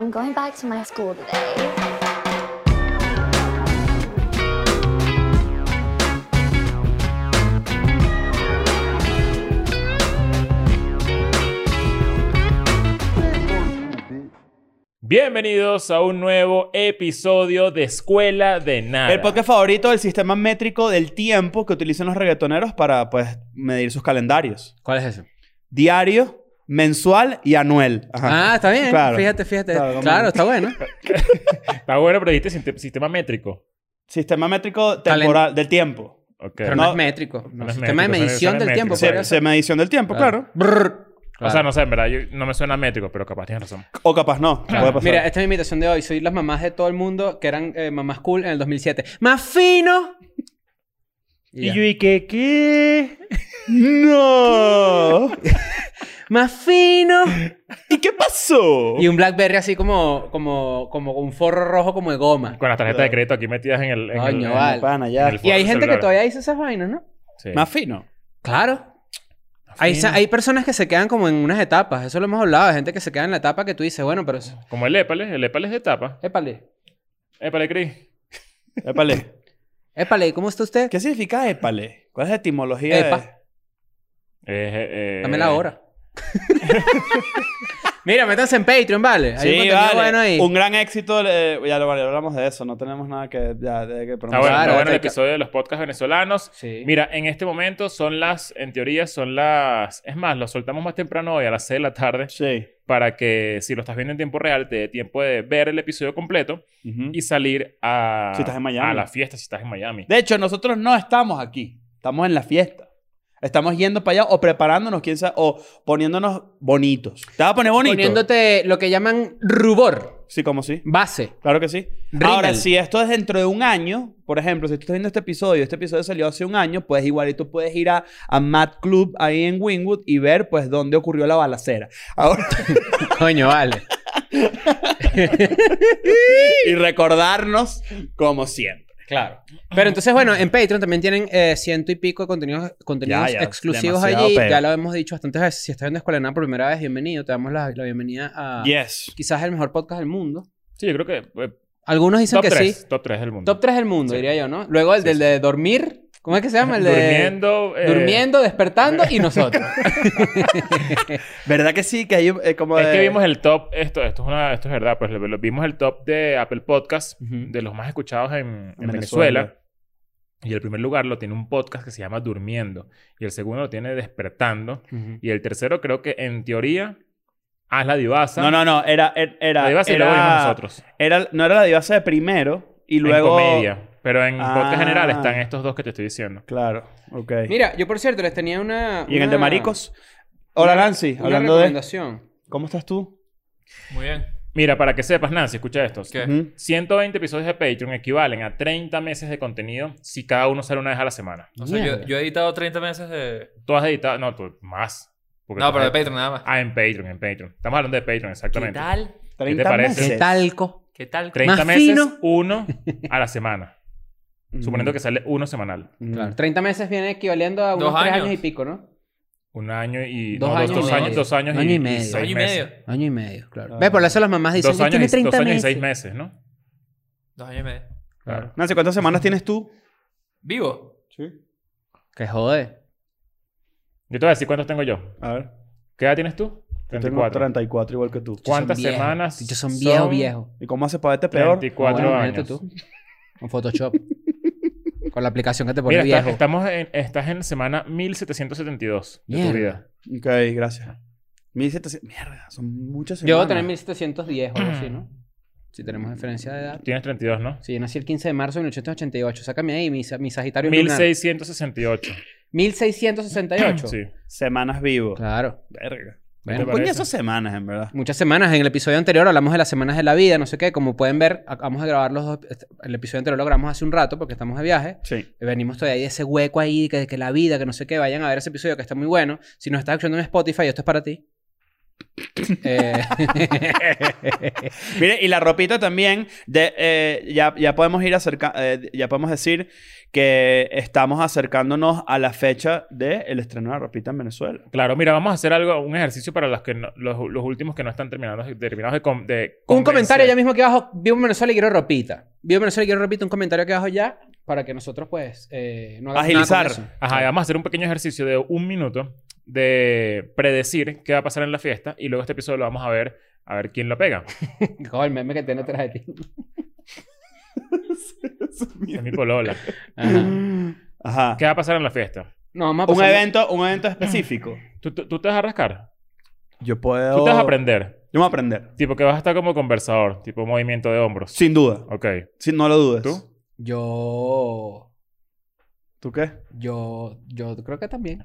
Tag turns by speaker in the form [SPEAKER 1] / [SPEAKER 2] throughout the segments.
[SPEAKER 1] I'm going back to my school today.
[SPEAKER 2] Bienvenidos a un nuevo episodio de Escuela de Nada.
[SPEAKER 3] El podcast favorito del sistema métrico del tiempo que utilizan los reggaetoneros para, pues, medir sus calendarios.
[SPEAKER 4] ¿Cuál es ese?
[SPEAKER 3] Diario, mensual y anual. Ajá.
[SPEAKER 4] Ah, está bien.
[SPEAKER 3] Claro.
[SPEAKER 4] Fíjate, fíjate.
[SPEAKER 3] Claro,
[SPEAKER 4] Claro,
[SPEAKER 3] como-
[SPEAKER 4] está bueno.
[SPEAKER 2] Está Ah, bueno, pero dijiste sinte- sistema métrico.
[SPEAKER 3] Sistema métrico temporal del tiempo.
[SPEAKER 2] Ok.
[SPEAKER 4] Pero no,
[SPEAKER 3] No,
[SPEAKER 4] es métrico.
[SPEAKER 2] no
[SPEAKER 4] No
[SPEAKER 2] es
[SPEAKER 4] sistema de
[SPEAKER 2] métrico,
[SPEAKER 4] medición
[SPEAKER 2] son- son
[SPEAKER 4] del tiempo.
[SPEAKER 2] métricos,
[SPEAKER 3] Se,
[SPEAKER 4] podría
[SPEAKER 3] se
[SPEAKER 4] ser.
[SPEAKER 3] medición del tiempo, claro.
[SPEAKER 4] Brrr.
[SPEAKER 2] O sea,
[SPEAKER 4] Claro.
[SPEAKER 2] no sé, en verdad, yo- no me suena métrico, pero capaz tienes razón.
[SPEAKER 3] O capaz no. Puede pasar.
[SPEAKER 4] Mira, eh. esta es mi invitación de hoy. Soy las mamás de todo el mundo que eran eh, mamás cool en el 2007. ¡Más fino! Y ya.
[SPEAKER 2] ¿y qué? ¿Qué?
[SPEAKER 3] ¡No!
[SPEAKER 4] ¡Más fino!
[SPEAKER 3] ¿Y qué pasó?
[SPEAKER 4] Y un Blackberry así como, como, como un forro rojo como de goma.
[SPEAKER 2] Con las tarjetas de crédito aquí metidas en el. en el-
[SPEAKER 4] Coño,
[SPEAKER 2] en-
[SPEAKER 4] vale.
[SPEAKER 3] Pana,
[SPEAKER 2] en
[SPEAKER 3] ya.
[SPEAKER 2] el
[SPEAKER 4] Y hay gente que
[SPEAKER 2] celular.
[SPEAKER 4] todavía dice esas vainas, ¿no?
[SPEAKER 2] Sí.
[SPEAKER 3] Más fino.
[SPEAKER 4] Claro. Hay, sa- hay personas que se quedan como en unas etapas. Eso lo hemos hablado. Hay gente que se queda en la etapa que tú dices, bueno, pero... eso-
[SPEAKER 2] Como el Épale, el Épale es de tapa.
[SPEAKER 4] Épale.
[SPEAKER 2] Épale, Cris. Eh,
[SPEAKER 3] Épale.
[SPEAKER 4] Épale, ¿cómo está usted?
[SPEAKER 3] ¿Qué significa épale? ¿Cuál es la etimología? de-
[SPEAKER 4] Epa.
[SPEAKER 2] Eh, eh, eh,
[SPEAKER 4] Dame la hora. Mira, métanse en Patreon, ¿vale? Hay un
[SPEAKER 3] Sí,
[SPEAKER 4] contenido
[SPEAKER 3] vale.
[SPEAKER 4] bueno ahí.
[SPEAKER 3] Un gran éxito. eh, ya lo vale, hablamos de eso. No tenemos nada que, ya, de que
[SPEAKER 2] Está bueno,
[SPEAKER 4] Claro,
[SPEAKER 2] está bueno el
[SPEAKER 4] te-
[SPEAKER 2] episodio de los podcasts venezolanos.
[SPEAKER 4] Sí.
[SPEAKER 2] Mira, en este momento son las, en teoría son las, es más, lo soltamos más temprano hoy a las 6 de la tarde
[SPEAKER 3] Sí.
[SPEAKER 2] para que si lo estás viendo en tiempo real te dé tiempo de ver el episodio completo
[SPEAKER 3] Ujú.
[SPEAKER 2] y salir a,
[SPEAKER 3] Si estás en Miami.
[SPEAKER 2] a la fiesta si estás en Miami.
[SPEAKER 3] De hecho, nosotros no estamos aquí. Estamos en la fiesta. Estamos yendo para allá o preparándonos, quién sabe, o poniéndonos bonitos. ¿Te vas a poner bonito?
[SPEAKER 4] Poniéndote lo que llaman rubor,
[SPEAKER 3] Sí, como sí.
[SPEAKER 4] base.
[SPEAKER 3] Claro que sí.
[SPEAKER 4] Rímel.
[SPEAKER 3] Ahora, si esto es dentro de un año, por ejemplo, si tú estás viendo este episodio, este episodio salió hace un año, pues igual y tú puedes ir a, a Mad Club ahí en Wynwood y ver, pues, dónde ocurrió la balacera. Ahora,
[SPEAKER 4] Coño, vale.
[SPEAKER 3] y recordarnos como siempre.
[SPEAKER 4] Claro. Pero entonces, bueno, en Patreon también tienen eh, ciento y pico de contenidos, contenidos
[SPEAKER 3] Ya, ya,
[SPEAKER 4] exclusivos
[SPEAKER 3] demasiado
[SPEAKER 4] allí.
[SPEAKER 3] peo.
[SPEAKER 4] Ya lo hemos dicho bastantes veces. Si estás viendo Escuela de Nada por primera vez, bienvenido. Te damos la, la bienvenida
[SPEAKER 2] Ah.
[SPEAKER 4] a
[SPEAKER 3] Yes.
[SPEAKER 4] quizás el mejor podcast del mundo.
[SPEAKER 2] Sí, yo creo que eh,
[SPEAKER 4] Algunos dicen
[SPEAKER 2] top
[SPEAKER 4] que
[SPEAKER 2] 3,
[SPEAKER 4] sí.
[SPEAKER 2] top 3 del mundo.
[SPEAKER 4] Top 3 del mundo,
[SPEAKER 2] Sí.
[SPEAKER 4] diría yo, ¿no? Luego el del de dormir. ¿Cómo es que se llama? El de...
[SPEAKER 2] Durmiendo. eh,
[SPEAKER 4] Durmiendo, despertando y nosotros.
[SPEAKER 3] ¿Verdad que sí? Que hay eh, como
[SPEAKER 2] Es que
[SPEAKER 3] de-
[SPEAKER 2] vimos el top, esto, esto, es, una, esto es verdad, pues lo- lo- vimos el top de Apple Podcast,
[SPEAKER 3] Ujú.
[SPEAKER 2] de los más escuchados en, en
[SPEAKER 3] Venezuela.
[SPEAKER 2] Venezuela. Y el primer lugar lo tiene un podcast que se llama Durmiendo. Y el segundo lo tiene Despertando. Y el tercero creo que en teoría, Haz la divasa.
[SPEAKER 3] No, no, no. Era... Era...
[SPEAKER 2] La
[SPEAKER 3] Era,
[SPEAKER 2] divasa y luego vimos nosotros.
[SPEAKER 3] era- no era la divasa de primero y luego...
[SPEAKER 2] En comedia. Pero en
[SPEAKER 3] Ah.
[SPEAKER 2] podcast general están estos dos que te estoy diciendo.
[SPEAKER 3] Claro, ok.
[SPEAKER 4] Mira, yo por cierto les tenía una...
[SPEAKER 3] y en el
[SPEAKER 4] una-
[SPEAKER 3] de maricos. Hola
[SPEAKER 4] una-
[SPEAKER 3] Nancy,
[SPEAKER 4] una
[SPEAKER 3] hablando de...
[SPEAKER 4] recomendación.
[SPEAKER 3] ¿Cómo estás tú?
[SPEAKER 5] Muy bien.
[SPEAKER 2] Mira, para que sepas, Nancy, escucha esto.
[SPEAKER 5] ¿Qué?
[SPEAKER 3] Ujú.
[SPEAKER 2] 120 episodios de Patreon equivalen a 30 meses de contenido si cada uno sale una vez a la semana.
[SPEAKER 5] O sea, yo,
[SPEAKER 4] Mierda.
[SPEAKER 5] yo he editado 30 meses de...
[SPEAKER 2] Tú has editado... No, tú más. Porque
[SPEAKER 5] No,
[SPEAKER 2] tú
[SPEAKER 5] pero de
[SPEAKER 2] has-
[SPEAKER 5] Patreon nada más.
[SPEAKER 2] Ah, en Patreon, en Patreon. Estamos hablando de Patreon,
[SPEAKER 5] ¿Qué
[SPEAKER 2] exactamente.
[SPEAKER 5] tal?
[SPEAKER 2] te
[SPEAKER 3] 30
[SPEAKER 2] parece?
[SPEAKER 3] meses.
[SPEAKER 4] ¿Qué talco?
[SPEAKER 5] ¿Qué tal?
[SPEAKER 2] 30
[SPEAKER 4] Más
[SPEAKER 2] meses,
[SPEAKER 4] fino.
[SPEAKER 2] uno a la semana. Suponiendo que sale uno semanal.
[SPEAKER 3] Mm.
[SPEAKER 4] Claro, 30 meses viene equivaliendo a unos
[SPEAKER 5] Dos
[SPEAKER 4] 3
[SPEAKER 5] años.
[SPEAKER 4] años y pico, ¿no?
[SPEAKER 2] Un año y...
[SPEAKER 4] Dos
[SPEAKER 2] no,
[SPEAKER 4] años y
[SPEAKER 2] dos,
[SPEAKER 4] medio.
[SPEAKER 2] años, dos años y,
[SPEAKER 4] Año y medio. Ah,
[SPEAKER 2] seis
[SPEAKER 5] Dos años y
[SPEAKER 2] meses.
[SPEAKER 5] medio.
[SPEAKER 4] Año y medio, claro.
[SPEAKER 3] Claro.
[SPEAKER 4] Ve, por eso las mamás dicen,
[SPEAKER 2] Dos
[SPEAKER 4] yo tiene
[SPEAKER 2] años, y,
[SPEAKER 4] 30
[SPEAKER 2] dos años y
[SPEAKER 4] meses.
[SPEAKER 2] seis meses, ¿no?
[SPEAKER 5] Dos años y medio.
[SPEAKER 2] Claro.
[SPEAKER 3] Nancy, ¿cuántas semanas tienes tú?
[SPEAKER 5] ¿Vivo?
[SPEAKER 3] Sí.
[SPEAKER 4] Que jode.
[SPEAKER 2] Yo te voy a decir cuántos tengo yo.
[SPEAKER 3] A ver.
[SPEAKER 2] ¿Qué edad tienes tú?
[SPEAKER 3] Yo tengo
[SPEAKER 2] 34.
[SPEAKER 3] 34 igual que tú.
[SPEAKER 2] ¿Cuántas
[SPEAKER 4] Son viejos.
[SPEAKER 2] semanas?
[SPEAKER 4] Yo son viejo, viejo.
[SPEAKER 3] ¿Y cómo haces para verte peor?
[SPEAKER 2] 34
[SPEAKER 4] Bueno, imagínate
[SPEAKER 2] años.
[SPEAKER 4] tú. Con Photoshop. Con la aplicación que te pone
[SPEAKER 2] Mira, está-
[SPEAKER 4] viejo.
[SPEAKER 2] estamos en, estás en semana 1772 de tu
[SPEAKER 4] Mierda.
[SPEAKER 2] vida.
[SPEAKER 3] Ok, gracias. 1700... Mierda, son muchas semanas.
[SPEAKER 4] Yo voy a tener 1710 o algo así, ¿no? Si tenemos diferencia de edad.
[SPEAKER 2] Tienes 32, ¿no?
[SPEAKER 4] Sí, yo nací el 15 de marzo de 1888. Sácame ahí, mi, sa- mi Sagitario lunar.
[SPEAKER 2] 1668.
[SPEAKER 4] 1668.
[SPEAKER 2] Sí.
[SPEAKER 3] Semanas vivo.
[SPEAKER 4] Claro.
[SPEAKER 3] Verga.
[SPEAKER 4] Bueno,
[SPEAKER 2] ¿Te
[SPEAKER 3] Coño,
[SPEAKER 2] parece?
[SPEAKER 3] esas semanas, en verdad.
[SPEAKER 4] muchas semanas. En el episodio anterior hablamos de las semanas de la vida, no sé qué. Como pueden ver, acabamos de grabar los dos. este- El episodio anterior lo grabamos hace un rato porque estamos de viaje. Eh,
[SPEAKER 3] Sí.
[SPEAKER 4] Venimos todavía de ese hueco ahí, que, que la vida, que no sé qué. Vayan a ver ese episodio que está muy bueno. Si nos estás escuchando en Spotify, esto es para ti. Eh,
[SPEAKER 3] Mire, y la ropita también, de, eh, ya, ya podemos ir acerca, eh, ya podemos decir que estamos acercándonos a la fecha del el estreno de la ropita en Venezuela.
[SPEAKER 2] Claro, mira, vamos a hacer algo, un ejercicio para los, que no- los, los últimos que no están terminados, terminados de, con- de
[SPEAKER 4] un comentario
[SPEAKER 2] convencer.
[SPEAKER 4] ya mismo aquí abajo. Vivo en Venezuela y quiero ropita. Vivo en Venezuela y quiero ropita. Un comentario aquí abajo ya para que nosotros, pues, eh, no hagamos
[SPEAKER 3] Agilizar.
[SPEAKER 4] nada con eso.
[SPEAKER 2] Ajá, y vamos a hacer un pequeño ejercicio de un minuto de predecir qué va a pasar en la fiesta y luego este episodio lo vamos a ver, a ver quién lo pega.
[SPEAKER 4] Cojo el meme que tiene atrás de ti.
[SPEAKER 2] Es mi polola.
[SPEAKER 4] Ajá.
[SPEAKER 3] Mm. Ajá.
[SPEAKER 2] ¿Qué va a pasar en la fiesta?
[SPEAKER 4] No, vamos a
[SPEAKER 3] Un
[SPEAKER 4] pasar-
[SPEAKER 3] evento, un evento específico.
[SPEAKER 2] ¿Tú, tú, tú te vas a rascar?
[SPEAKER 3] Yo puedo...
[SPEAKER 2] ¿Tú te vas a aprender?
[SPEAKER 3] Yo me voy a aprender.
[SPEAKER 2] Tipo que vas a estar como conversador, tipo movimiento de hombros.
[SPEAKER 3] Sin duda.
[SPEAKER 2] Ok.
[SPEAKER 3] Sin, no lo dudes.
[SPEAKER 2] ¿Tú?
[SPEAKER 4] Yo.
[SPEAKER 3] ¿Tú qué?
[SPEAKER 4] Yo. Yo creo que también.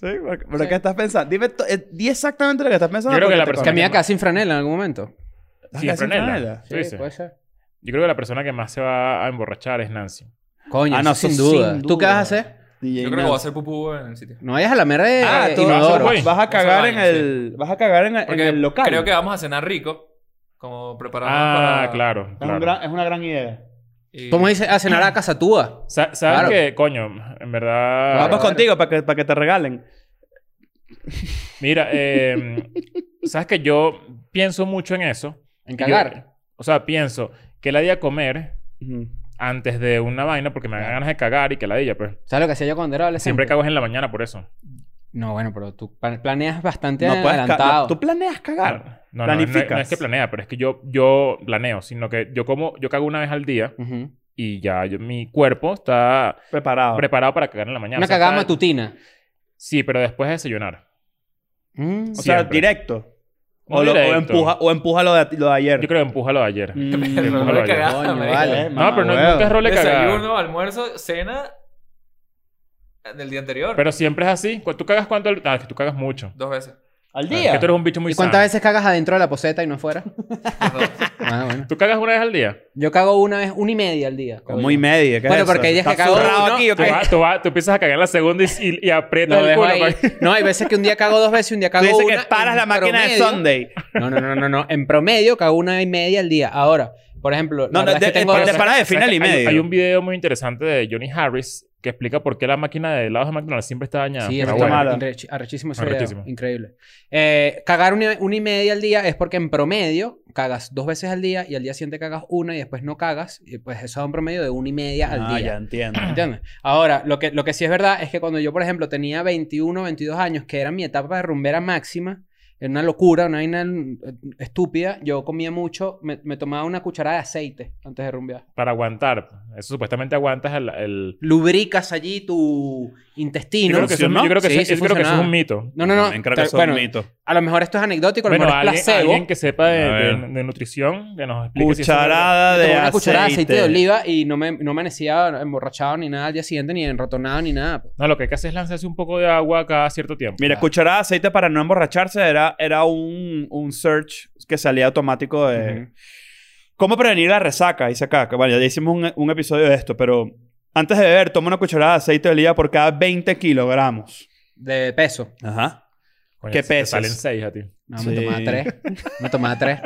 [SPEAKER 3] Sí, ¿por, por
[SPEAKER 4] Sí.
[SPEAKER 3] qué estás pensando? Dime to- eh, di exactamente lo que estás pensando.
[SPEAKER 2] Yo creo que
[SPEAKER 3] porque
[SPEAKER 2] la
[SPEAKER 3] te
[SPEAKER 2] persona-
[SPEAKER 4] Que me iba
[SPEAKER 2] Camila.
[SPEAKER 4] a quedar sin franela en algún momento.
[SPEAKER 3] conozco.
[SPEAKER 2] Sí,
[SPEAKER 3] Ah, sin
[SPEAKER 2] franela.
[SPEAKER 3] franela.
[SPEAKER 2] ¿Tú
[SPEAKER 4] Sí,
[SPEAKER 2] dices?
[SPEAKER 4] puede ser.
[SPEAKER 2] Yo creo que la persona que más se va a emborrachar es Nancy.
[SPEAKER 4] Coño,
[SPEAKER 3] Ah, no,
[SPEAKER 4] eso sin,
[SPEAKER 3] eso
[SPEAKER 4] duda.
[SPEAKER 3] sin
[SPEAKER 4] ¿Tú qué vas a
[SPEAKER 3] duda.
[SPEAKER 4] hacer?
[SPEAKER 3] DJ
[SPEAKER 5] Yo creo que voy a
[SPEAKER 3] Nats.
[SPEAKER 5] hacer pupú en el sitio.
[SPEAKER 4] No vayas a la merda de
[SPEAKER 3] Ah,
[SPEAKER 4] de
[SPEAKER 3] tú vas
[SPEAKER 4] inodoro.
[SPEAKER 3] a,
[SPEAKER 2] güey.
[SPEAKER 3] vas a
[SPEAKER 5] Vas a
[SPEAKER 3] cagar en
[SPEAKER 5] baño,
[SPEAKER 3] el... Vas a cagar en, en
[SPEAKER 5] Porque
[SPEAKER 3] el local.
[SPEAKER 5] creo que vamos a cenar rico. Como preparamos
[SPEAKER 2] Ah,
[SPEAKER 5] para...
[SPEAKER 2] claro.
[SPEAKER 3] Es, un
[SPEAKER 2] claro.
[SPEAKER 3] gran- es una gran idea.
[SPEAKER 5] y-
[SPEAKER 4] ¿Cómo dice? A cenar a casa túa.
[SPEAKER 2] Sa- ¿Sabes
[SPEAKER 4] Claro.
[SPEAKER 2] qué? Coño, en verdad...
[SPEAKER 4] Claro.
[SPEAKER 3] Vamos contigo para que, para que te regalen.
[SPEAKER 2] Mira, eh, sabes que yo pienso mucho en eso.
[SPEAKER 4] En
[SPEAKER 2] Y yo-
[SPEAKER 4] cagar.
[SPEAKER 2] o sea, pienso que la di a comer
[SPEAKER 3] Ujú.
[SPEAKER 2] antes de una vaina porque me dan
[SPEAKER 4] Claro.
[SPEAKER 2] ganas de cagar y que la di, pues.
[SPEAKER 4] ¿Sabes lo que hacía yo cuando era adolescente?
[SPEAKER 2] Siempre cago es en la mañana por eso.
[SPEAKER 4] No, bueno, pero tú pa- planeas bastante
[SPEAKER 3] No puedes ca-
[SPEAKER 4] adelantado.
[SPEAKER 3] no, tú planeas cagar.
[SPEAKER 2] No, no, no, no,
[SPEAKER 3] Planificas.
[SPEAKER 2] no es que planea, pero es que yo, yo planeo, sino que yo como, yo cago una vez al día
[SPEAKER 4] Ujú.
[SPEAKER 2] y ya yo- mi cuerpo está
[SPEAKER 3] Preparado.
[SPEAKER 2] preparado para cagar en la mañana.
[SPEAKER 4] Ah. Una
[SPEAKER 2] O sea,
[SPEAKER 4] cagada
[SPEAKER 2] está-
[SPEAKER 4] matutina.
[SPEAKER 2] Sí, pero después de desayunar.
[SPEAKER 4] Mm.
[SPEAKER 3] o sea,
[SPEAKER 2] siempre.
[SPEAKER 3] directo.
[SPEAKER 2] No
[SPEAKER 3] O, lo- o
[SPEAKER 2] directo.
[SPEAKER 3] empuja, o empuja lo de, lo de ayer.
[SPEAKER 2] Yo creo que empuja lo de ayer.
[SPEAKER 5] Pero
[SPEAKER 3] Mm.
[SPEAKER 5] no
[SPEAKER 2] Coño,
[SPEAKER 5] me cagaba,
[SPEAKER 4] coño,
[SPEAKER 5] marico.
[SPEAKER 4] vale.
[SPEAKER 3] Eh,
[SPEAKER 2] No, pero no,
[SPEAKER 3] mamahuevo.
[SPEAKER 2] nunca es rol de cagar.
[SPEAKER 5] Desayuno, almuerzo, cena del día anterior.
[SPEAKER 2] Pero siempre es así. ¿Cu- ¿Tú cagas cuánto? al- Ah, que tú cagas mucho.
[SPEAKER 5] Dos veces.
[SPEAKER 3] Al
[SPEAKER 2] Es
[SPEAKER 3] día.
[SPEAKER 2] que tú eres un bicho muy
[SPEAKER 4] ¿Y cuántas
[SPEAKER 2] sano.
[SPEAKER 4] veces cagas adentro de la poseta y no afuera?
[SPEAKER 5] Las dos.
[SPEAKER 4] ah, bueno.
[SPEAKER 2] ¿Tú cagas una vez al día?
[SPEAKER 4] Yo cago una vez, una y media al día. cago
[SPEAKER 3] Como y
[SPEAKER 4] yo.
[SPEAKER 3] media. ¿qué es
[SPEAKER 4] Bueno,
[SPEAKER 3] eso?
[SPEAKER 4] porque hay días que
[SPEAKER 3] Estás
[SPEAKER 4] cago
[SPEAKER 3] zurrado
[SPEAKER 4] uno-
[SPEAKER 3] aquí, ¿o
[SPEAKER 2] Tú,
[SPEAKER 3] qué?
[SPEAKER 2] vas- tú vas- tú empiezas a cagar en la segunda y, y- y aprietas
[SPEAKER 4] Lo
[SPEAKER 2] el
[SPEAKER 4] dejo
[SPEAKER 2] culo.
[SPEAKER 4] ahí.
[SPEAKER 2] para-
[SPEAKER 4] No, hay veces que un día cago dos veces y un día
[SPEAKER 3] Tú
[SPEAKER 4] cago
[SPEAKER 3] dices
[SPEAKER 4] una.
[SPEAKER 3] que paras
[SPEAKER 4] en
[SPEAKER 3] la máquina de
[SPEAKER 4] promedio-
[SPEAKER 3] Sunday.
[SPEAKER 4] No, no, no, no, no. En promedio cago una y media al día. Ahora, por ejemplo, la
[SPEAKER 3] No, no,
[SPEAKER 4] verdad
[SPEAKER 3] de,
[SPEAKER 4] es que tengo
[SPEAKER 3] de- de
[SPEAKER 4] dos-
[SPEAKER 3] paras de
[SPEAKER 2] ¿Sabes
[SPEAKER 3] final
[SPEAKER 2] que
[SPEAKER 3] y
[SPEAKER 2] hay-
[SPEAKER 3] medio.
[SPEAKER 2] Hay un video muy interesante de Johnny Harris que explica por qué la máquina de helados de McDonald's siempre está dañada.
[SPEAKER 4] Sí,
[SPEAKER 2] Pero
[SPEAKER 4] está
[SPEAKER 3] bueno.
[SPEAKER 4] mal.
[SPEAKER 3] mala.
[SPEAKER 4] Arrechi- Arrechísimo ese
[SPEAKER 2] Arrechísimo.
[SPEAKER 4] video. Increíble. Eh, cagar una, una y media al día es porque en promedio cagas dos veces al día y al día siguiente cagas una y después no cagas. Y pues eso da un promedio de una y media al
[SPEAKER 3] Ah,
[SPEAKER 4] día.
[SPEAKER 3] ya entiendo.
[SPEAKER 4] ¿Entiendes? Ahora, lo que, lo que sí es verdad es que cuando yo, por ejemplo, tenía 21, 22 años, que era mi etapa de rumbera máxima, era una locura, una vaina eh, estúpida, yo comía mucho, me, me tomaba una cucharada de aceite antes de rumbear.
[SPEAKER 2] Para aguantar. Eso supuestamente aguantas el... el-
[SPEAKER 4] Lubricas allí tu
[SPEAKER 2] Yo,
[SPEAKER 4] intestino.
[SPEAKER 2] creo que eso, es- yo creo que
[SPEAKER 4] Sí,
[SPEAKER 2] eso-
[SPEAKER 4] sí
[SPEAKER 2] yo creo que eso es
[SPEAKER 4] funcionaba.
[SPEAKER 2] un mito.
[SPEAKER 4] No, no, no.
[SPEAKER 3] También creo que
[SPEAKER 4] Te-
[SPEAKER 3] eso es
[SPEAKER 4] bueno,
[SPEAKER 3] un mito.
[SPEAKER 4] A lo mejor esto es anecdótico, a lo
[SPEAKER 2] Bueno,
[SPEAKER 4] mejor es
[SPEAKER 2] alguien,
[SPEAKER 4] placebo.
[SPEAKER 2] alguien que sepa de,
[SPEAKER 3] A
[SPEAKER 2] de-
[SPEAKER 3] ver.
[SPEAKER 2] de nutrición que nos explique si eso es verdad.
[SPEAKER 3] Cucharada
[SPEAKER 4] Tomé
[SPEAKER 3] de
[SPEAKER 4] una cucharada de aceite de
[SPEAKER 3] aceite.
[SPEAKER 4] oliva y no me, no amanecía emborrachado ni nada al día siguiente, ni enrotonado ni nada. pues.
[SPEAKER 2] No, lo que hay que hacer es lanzarse un poco de agua cada cierto tiempo.
[SPEAKER 3] Mira,
[SPEAKER 4] Claro.
[SPEAKER 3] cucharada de aceite para no emborracharse era, era un, un search que salía automático de...
[SPEAKER 4] Ujú.
[SPEAKER 3] ¿Cómo prevenir la resaca? Dice acá. que, Bueno, ya hicimos un, un episodio de esto, pero... Antes de beber, toma una cucharada de aceite de oliva por cada 20 kilogramos.
[SPEAKER 4] De peso.
[SPEAKER 3] Ajá.
[SPEAKER 2] Coño,
[SPEAKER 3] ¿qué
[SPEAKER 2] se te
[SPEAKER 3] pesas?
[SPEAKER 2] Salen seis a ti.
[SPEAKER 4] No,
[SPEAKER 3] Sí.
[SPEAKER 4] me tomaba tres. Me tomaba tres.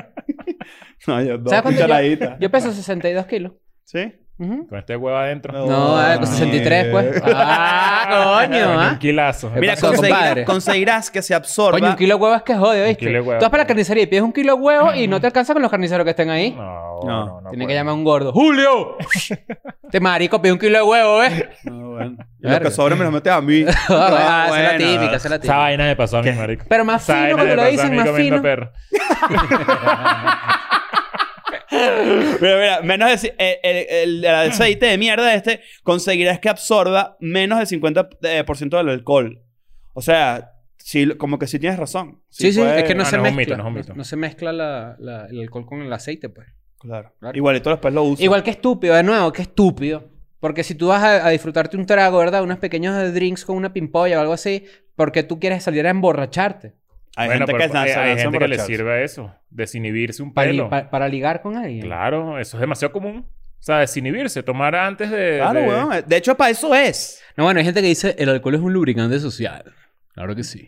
[SPEAKER 3] No, yo dos
[SPEAKER 4] ¿Sabes cuánto yo-
[SPEAKER 3] cucharaditas.
[SPEAKER 4] Yo peso 62 kilos.
[SPEAKER 3] ¿Sí?
[SPEAKER 4] Ujú.
[SPEAKER 2] Con este huevo adentro.
[SPEAKER 3] No,
[SPEAKER 4] No, ah, con 63, pues. Ah, coño,
[SPEAKER 2] Coño,
[SPEAKER 4] ah.
[SPEAKER 2] Un quilazo.
[SPEAKER 4] ¿Qué
[SPEAKER 3] Mira,
[SPEAKER 4] pasó, compadre?
[SPEAKER 3] conseguirás, conseguirás que se absorba...
[SPEAKER 4] Coño, un kilo de huevo es que jode, ¿viste?
[SPEAKER 2] kilo de huevo.
[SPEAKER 4] Tú vas para la carnicería y pides un kilo de huevo y no te alcanza con los carniceros que estén ahí.
[SPEAKER 2] No,
[SPEAKER 3] No.
[SPEAKER 2] no, no.
[SPEAKER 4] Tiene que
[SPEAKER 2] puedo.
[SPEAKER 4] llamar a un gordo. ¡Julio! Te marico, pide un kilo de huevo, ¿ves?
[SPEAKER 3] No, bueno. Y los
[SPEAKER 4] Verga.
[SPEAKER 3] que sobran me los metes a mí.
[SPEAKER 4] Ah, esa es
[SPEAKER 3] bueno.
[SPEAKER 4] la típica, esa es la
[SPEAKER 2] Esa
[SPEAKER 4] típica.
[SPEAKER 2] vaina me pasó a mí,
[SPEAKER 3] ¿Qué?
[SPEAKER 2] marico.
[SPEAKER 4] Pero más
[SPEAKER 2] Esa
[SPEAKER 4] fino
[SPEAKER 2] vaina me
[SPEAKER 4] cuando lo
[SPEAKER 2] pasó a
[SPEAKER 4] dicen,
[SPEAKER 2] mí
[SPEAKER 4] más
[SPEAKER 2] comiendo
[SPEAKER 4] fino.
[SPEAKER 2] perro.
[SPEAKER 3] Mira, mira, menos de, eh, el, el- el aceite de mierda este conseguirás que absorba menos del 50% del alcohol. O sea, sí, como que sí tienes razón.
[SPEAKER 4] Sí, sí,
[SPEAKER 3] puede-
[SPEAKER 4] es que no
[SPEAKER 2] Ah,
[SPEAKER 4] se
[SPEAKER 2] no, es un
[SPEAKER 4] mezcla.
[SPEAKER 2] mito, no es un mito.
[SPEAKER 4] No no se mezcla la- la- el alcohol con el aceite, pues.
[SPEAKER 3] Claro.
[SPEAKER 4] Claro.
[SPEAKER 3] Igual y todos después lo usan.
[SPEAKER 4] Igual que estúpido, de nuevo, que estúpido. Porque si tú vas a, a disfrutarte un trago, ¿verdad? Unos pequeños eh, drinks con una pimpolla o algo así, ¿por qué tú quieres salir a emborracharte?
[SPEAKER 3] Hay
[SPEAKER 2] Bueno,
[SPEAKER 3] gente
[SPEAKER 2] pero
[SPEAKER 3] que se
[SPEAKER 2] hay-
[SPEAKER 3] lanza-
[SPEAKER 2] hay
[SPEAKER 3] lanza
[SPEAKER 2] gente que le
[SPEAKER 3] emborracharse.
[SPEAKER 2] sirve eso. Desinhibirse un
[SPEAKER 4] Para, li-
[SPEAKER 2] pelo.
[SPEAKER 4] pa- para ligar con alguien.
[SPEAKER 2] Claro, eso es demasiado común. O sea, desinhibirse, tomar antes de.
[SPEAKER 3] Claro,
[SPEAKER 2] de-
[SPEAKER 3] weón. De hecho, para eso es.
[SPEAKER 4] No, bueno, hay gente que dice el alcohol es un lubricante social.
[SPEAKER 2] Claro que sí.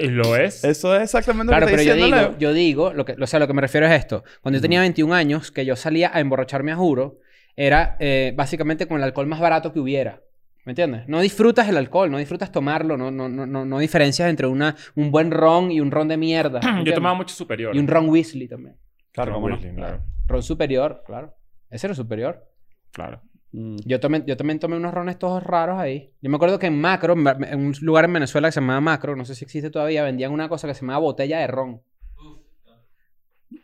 [SPEAKER 2] Lo es.
[SPEAKER 3] Eso es exactamente
[SPEAKER 4] Claro,
[SPEAKER 3] lo que
[SPEAKER 4] pero
[SPEAKER 3] está
[SPEAKER 4] yo
[SPEAKER 3] diciendo
[SPEAKER 4] digo,
[SPEAKER 3] Leo.
[SPEAKER 4] yo digo, lo que, o sea, lo que me refiero es esto. Cuando yo tenía 21 años, que yo salía a emborracharme a juro, era eh, básicamente con el alcohol más barato que hubiera. ¿Me entiendes? No disfrutas el alcohol, no disfrutas tomarlo, no, no, no, no, no diferencias entre una, un buen ron y un ron de mierda. ¿me
[SPEAKER 2] Yo
[SPEAKER 4] entiendes?
[SPEAKER 2] tomaba mucho superior.
[SPEAKER 4] Y un ron Weasley también.
[SPEAKER 3] Claro,
[SPEAKER 2] Ron
[SPEAKER 3] cómo no.
[SPEAKER 2] Weasley, claro.
[SPEAKER 4] Ron superior, claro. Ese era superior.
[SPEAKER 2] Claro.
[SPEAKER 3] Mm.
[SPEAKER 4] Yo también, yo también tomé unos rones todos raros ahí. Yo me acuerdo que en Macro, en Ba- en un lugar en Venezuela que se llamaba Macro, no sé si existe todavía, vendían una cosa que se llamaba botella de ron.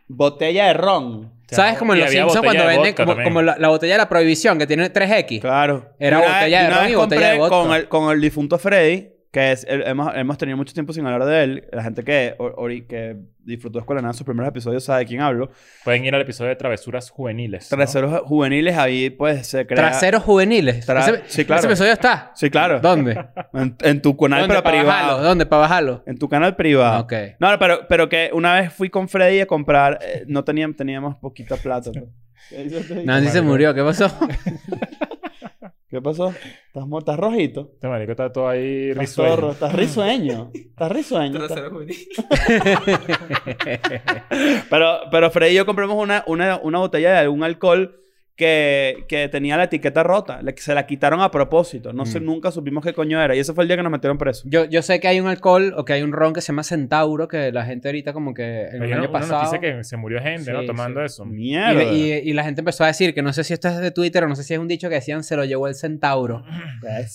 [SPEAKER 3] Botella de ron.
[SPEAKER 4] ¿Sabes? Como en
[SPEAKER 2] Y
[SPEAKER 4] Los
[SPEAKER 2] había
[SPEAKER 4] Simpsons
[SPEAKER 2] botella
[SPEAKER 4] cuando
[SPEAKER 2] de
[SPEAKER 4] venden
[SPEAKER 2] vodka
[SPEAKER 4] como,
[SPEAKER 2] también.
[SPEAKER 4] como la, la botella de la prohibición que tiene 3X.
[SPEAKER 3] Claro.
[SPEAKER 4] Era
[SPEAKER 3] Y una
[SPEAKER 4] botella
[SPEAKER 3] vez-
[SPEAKER 4] de
[SPEAKER 3] una
[SPEAKER 4] ron
[SPEAKER 3] vez
[SPEAKER 4] y botella
[SPEAKER 3] compré
[SPEAKER 4] de vodka.
[SPEAKER 3] Con el, con el difunto Freddy, que es, el- hemos, hemos tenido mucho tiempo sin hablar de él. La gente que, o- ori- que disfrutó de Escuela de Nada en sus primeros episodios sabe de quién hablo.
[SPEAKER 2] Pueden ir al episodio de Travesuras Juveniles. ¿no?
[SPEAKER 3] Traseros juveniles ahí, pues, se crea...
[SPEAKER 4] Traseros juveniles.
[SPEAKER 3] Tra-
[SPEAKER 4] Ese-
[SPEAKER 3] sí, claro.
[SPEAKER 4] Ese episodio está.
[SPEAKER 3] Sí, claro.
[SPEAKER 4] ¿Dónde?
[SPEAKER 3] En, en tu canal,
[SPEAKER 4] ¿Dónde
[SPEAKER 3] pero
[SPEAKER 4] para bajarlo?
[SPEAKER 3] privado.
[SPEAKER 4] ¿Dónde para bajarlo?
[SPEAKER 3] En tu canal
[SPEAKER 2] Ah.
[SPEAKER 3] privado.
[SPEAKER 4] Ok.
[SPEAKER 3] No, pero, pero que una vez fui con Freddy a comprar... eh, no teníamos, teníamos poquita plata. pues.
[SPEAKER 4] Nancy se murió. ¿Qué pasó?
[SPEAKER 3] ¿Qué pasó? ¿Estás, mo- estás rojito?
[SPEAKER 2] Este marico está todo ahí
[SPEAKER 3] ¿Estás
[SPEAKER 2] risueño.
[SPEAKER 3] zorro? ¿Estás risueño? ¿Estás risueño? ¿Estás-
[SPEAKER 5] Trasero juvenil.
[SPEAKER 3] Pero, pero Freddy y yo compramos una, una, una botella de algún alcohol que, que tenía la etiqueta rota. Le- se la quitaron a propósito. No sé,
[SPEAKER 2] Mm.
[SPEAKER 3] nunca supimos qué coño era. Y ese fue el día que nos metieron preso.
[SPEAKER 4] Yo, yo sé que hay un alcohol o que hay un ron que se llama Centauro que la gente ahorita como que el
[SPEAKER 2] Pero yo no-
[SPEAKER 4] año
[SPEAKER 2] uno nos
[SPEAKER 4] pasado...
[SPEAKER 2] dice que se murió gente, ¿no?
[SPEAKER 4] Sí,
[SPEAKER 2] Tomando
[SPEAKER 4] sí.
[SPEAKER 2] eso.
[SPEAKER 4] Y,
[SPEAKER 3] Mierda.
[SPEAKER 4] le- y- y la gente empezó a decir que no sé si esto es de Twitter o no sé si es un dicho que decían se lo llevó el centauro.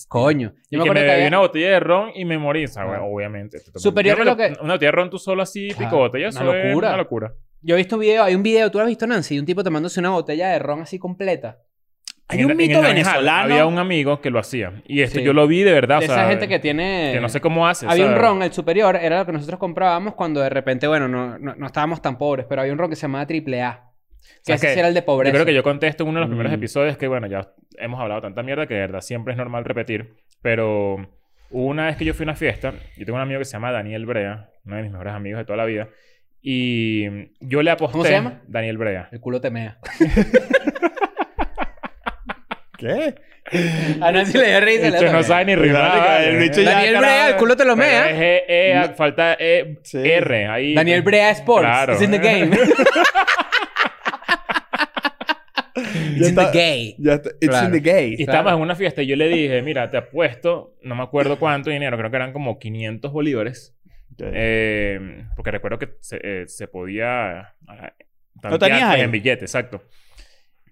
[SPEAKER 4] Coño.
[SPEAKER 2] Y
[SPEAKER 4] Yo
[SPEAKER 2] que me
[SPEAKER 4] me acuerdo que
[SPEAKER 2] bebí
[SPEAKER 4] había-
[SPEAKER 2] una botella de ron y me morí. O sea,
[SPEAKER 4] Claro.
[SPEAKER 2] bueno, obviamente. Te tomas-
[SPEAKER 4] Superior
[SPEAKER 2] Yo
[SPEAKER 4] a lo
[SPEAKER 2] me
[SPEAKER 4] que-
[SPEAKER 2] Una botella de ron tú solo así,
[SPEAKER 4] Claro,
[SPEAKER 2] pico botella.
[SPEAKER 4] una
[SPEAKER 2] Eso es
[SPEAKER 4] locura.
[SPEAKER 2] una locura.
[SPEAKER 4] Yo he visto un video, hay un video, tú lo has visto Nancy, de un tipo tomándose una botella de ron así completa.
[SPEAKER 3] Hay
[SPEAKER 2] En
[SPEAKER 3] un
[SPEAKER 2] el- en
[SPEAKER 3] mito
[SPEAKER 2] el Naranjal
[SPEAKER 3] venezolano.
[SPEAKER 2] Había un amigo que lo hacía. Y esto
[SPEAKER 4] Sí.
[SPEAKER 2] yo lo vi de verdad.
[SPEAKER 4] de
[SPEAKER 2] o
[SPEAKER 4] esa
[SPEAKER 2] sea,
[SPEAKER 4] gente que tiene...
[SPEAKER 2] eh, que no sé cómo hace. o
[SPEAKER 4] Había
[SPEAKER 2] sea,
[SPEAKER 4] un ron, el superior, era lo que nosotros comprábamos cuando de repente, bueno, no, no, no estábamos tan pobres, pero había un ron que se llamaba triple A. Que
[SPEAKER 2] ¿Sabes
[SPEAKER 4] ese
[SPEAKER 2] qué?
[SPEAKER 4] sí era el de pobreza.
[SPEAKER 2] Yo creo que yo conté esto en uno de los primeros
[SPEAKER 3] Mm.
[SPEAKER 2] episodios que, bueno, ya hemos hablado tanta mierda que de verdad siempre es normal repetir. Pero hubo una vez que yo fui a una fiesta, yo tengo un amigo que se llama Daniel Brea, uno de mis mejores amigos de toda la vida. Y yo le aposté.
[SPEAKER 4] se llama?
[SPEAKER 2] Daniel Brea.
[SPEAKER 4] El culo te mea.
[SPEAKER 3] ¿Qué?
[SPEAKER 4] A Nancy le dio risa. le
[SPEAKER 2] Esto
[SPEAKER 4] dio
[SPEAKER 2] no
[SPEAKER 4] risa.
[SPEAKER 2] sabe ni rimar.
[SPEAKER 3] El
[SPEAKER 2] vale.
[SPEAKER 3] bicho ya-
[SPEAKER 4] Daniel Brea, el culo te lo
[SPEAKER 2] Pero
[SPEAKER 4] mea.
[SPEAKER 2] es E, E, a- falta E,
[SPEAKER 3] Sí.
[SPEAKER 2] R ahí.
[SPEAKER 4] Daniel Brea Sports.
[SPEAKER 2] Claro.
[SPEAKER 4] It's in the game. It's in the
[SPEAKER 3] está-
[SPEAKER 4] game.
[SPEAKER 3] Ya está- It's
[SPEAKER 4] Claro.
[SPEAKER 3] in the
[SPEAKER 2] Y
[SPEAKER 3] gay.
[SPEAKER 4] Claro.
[SPEAKER 2] estábamos en una fiesta y yo le dije, mira, te apuesto, no me acuerdo cuánto dinero, creo que eran como 500 bolívares. Eh, porque recuerdo que se, eh, se podía ah,
[SPEAKER 3] Lo tenías
[SPEAKER 2] tantear
[SPEAKER 3] ahí.
[SPEAKER 2] en billete, exacto.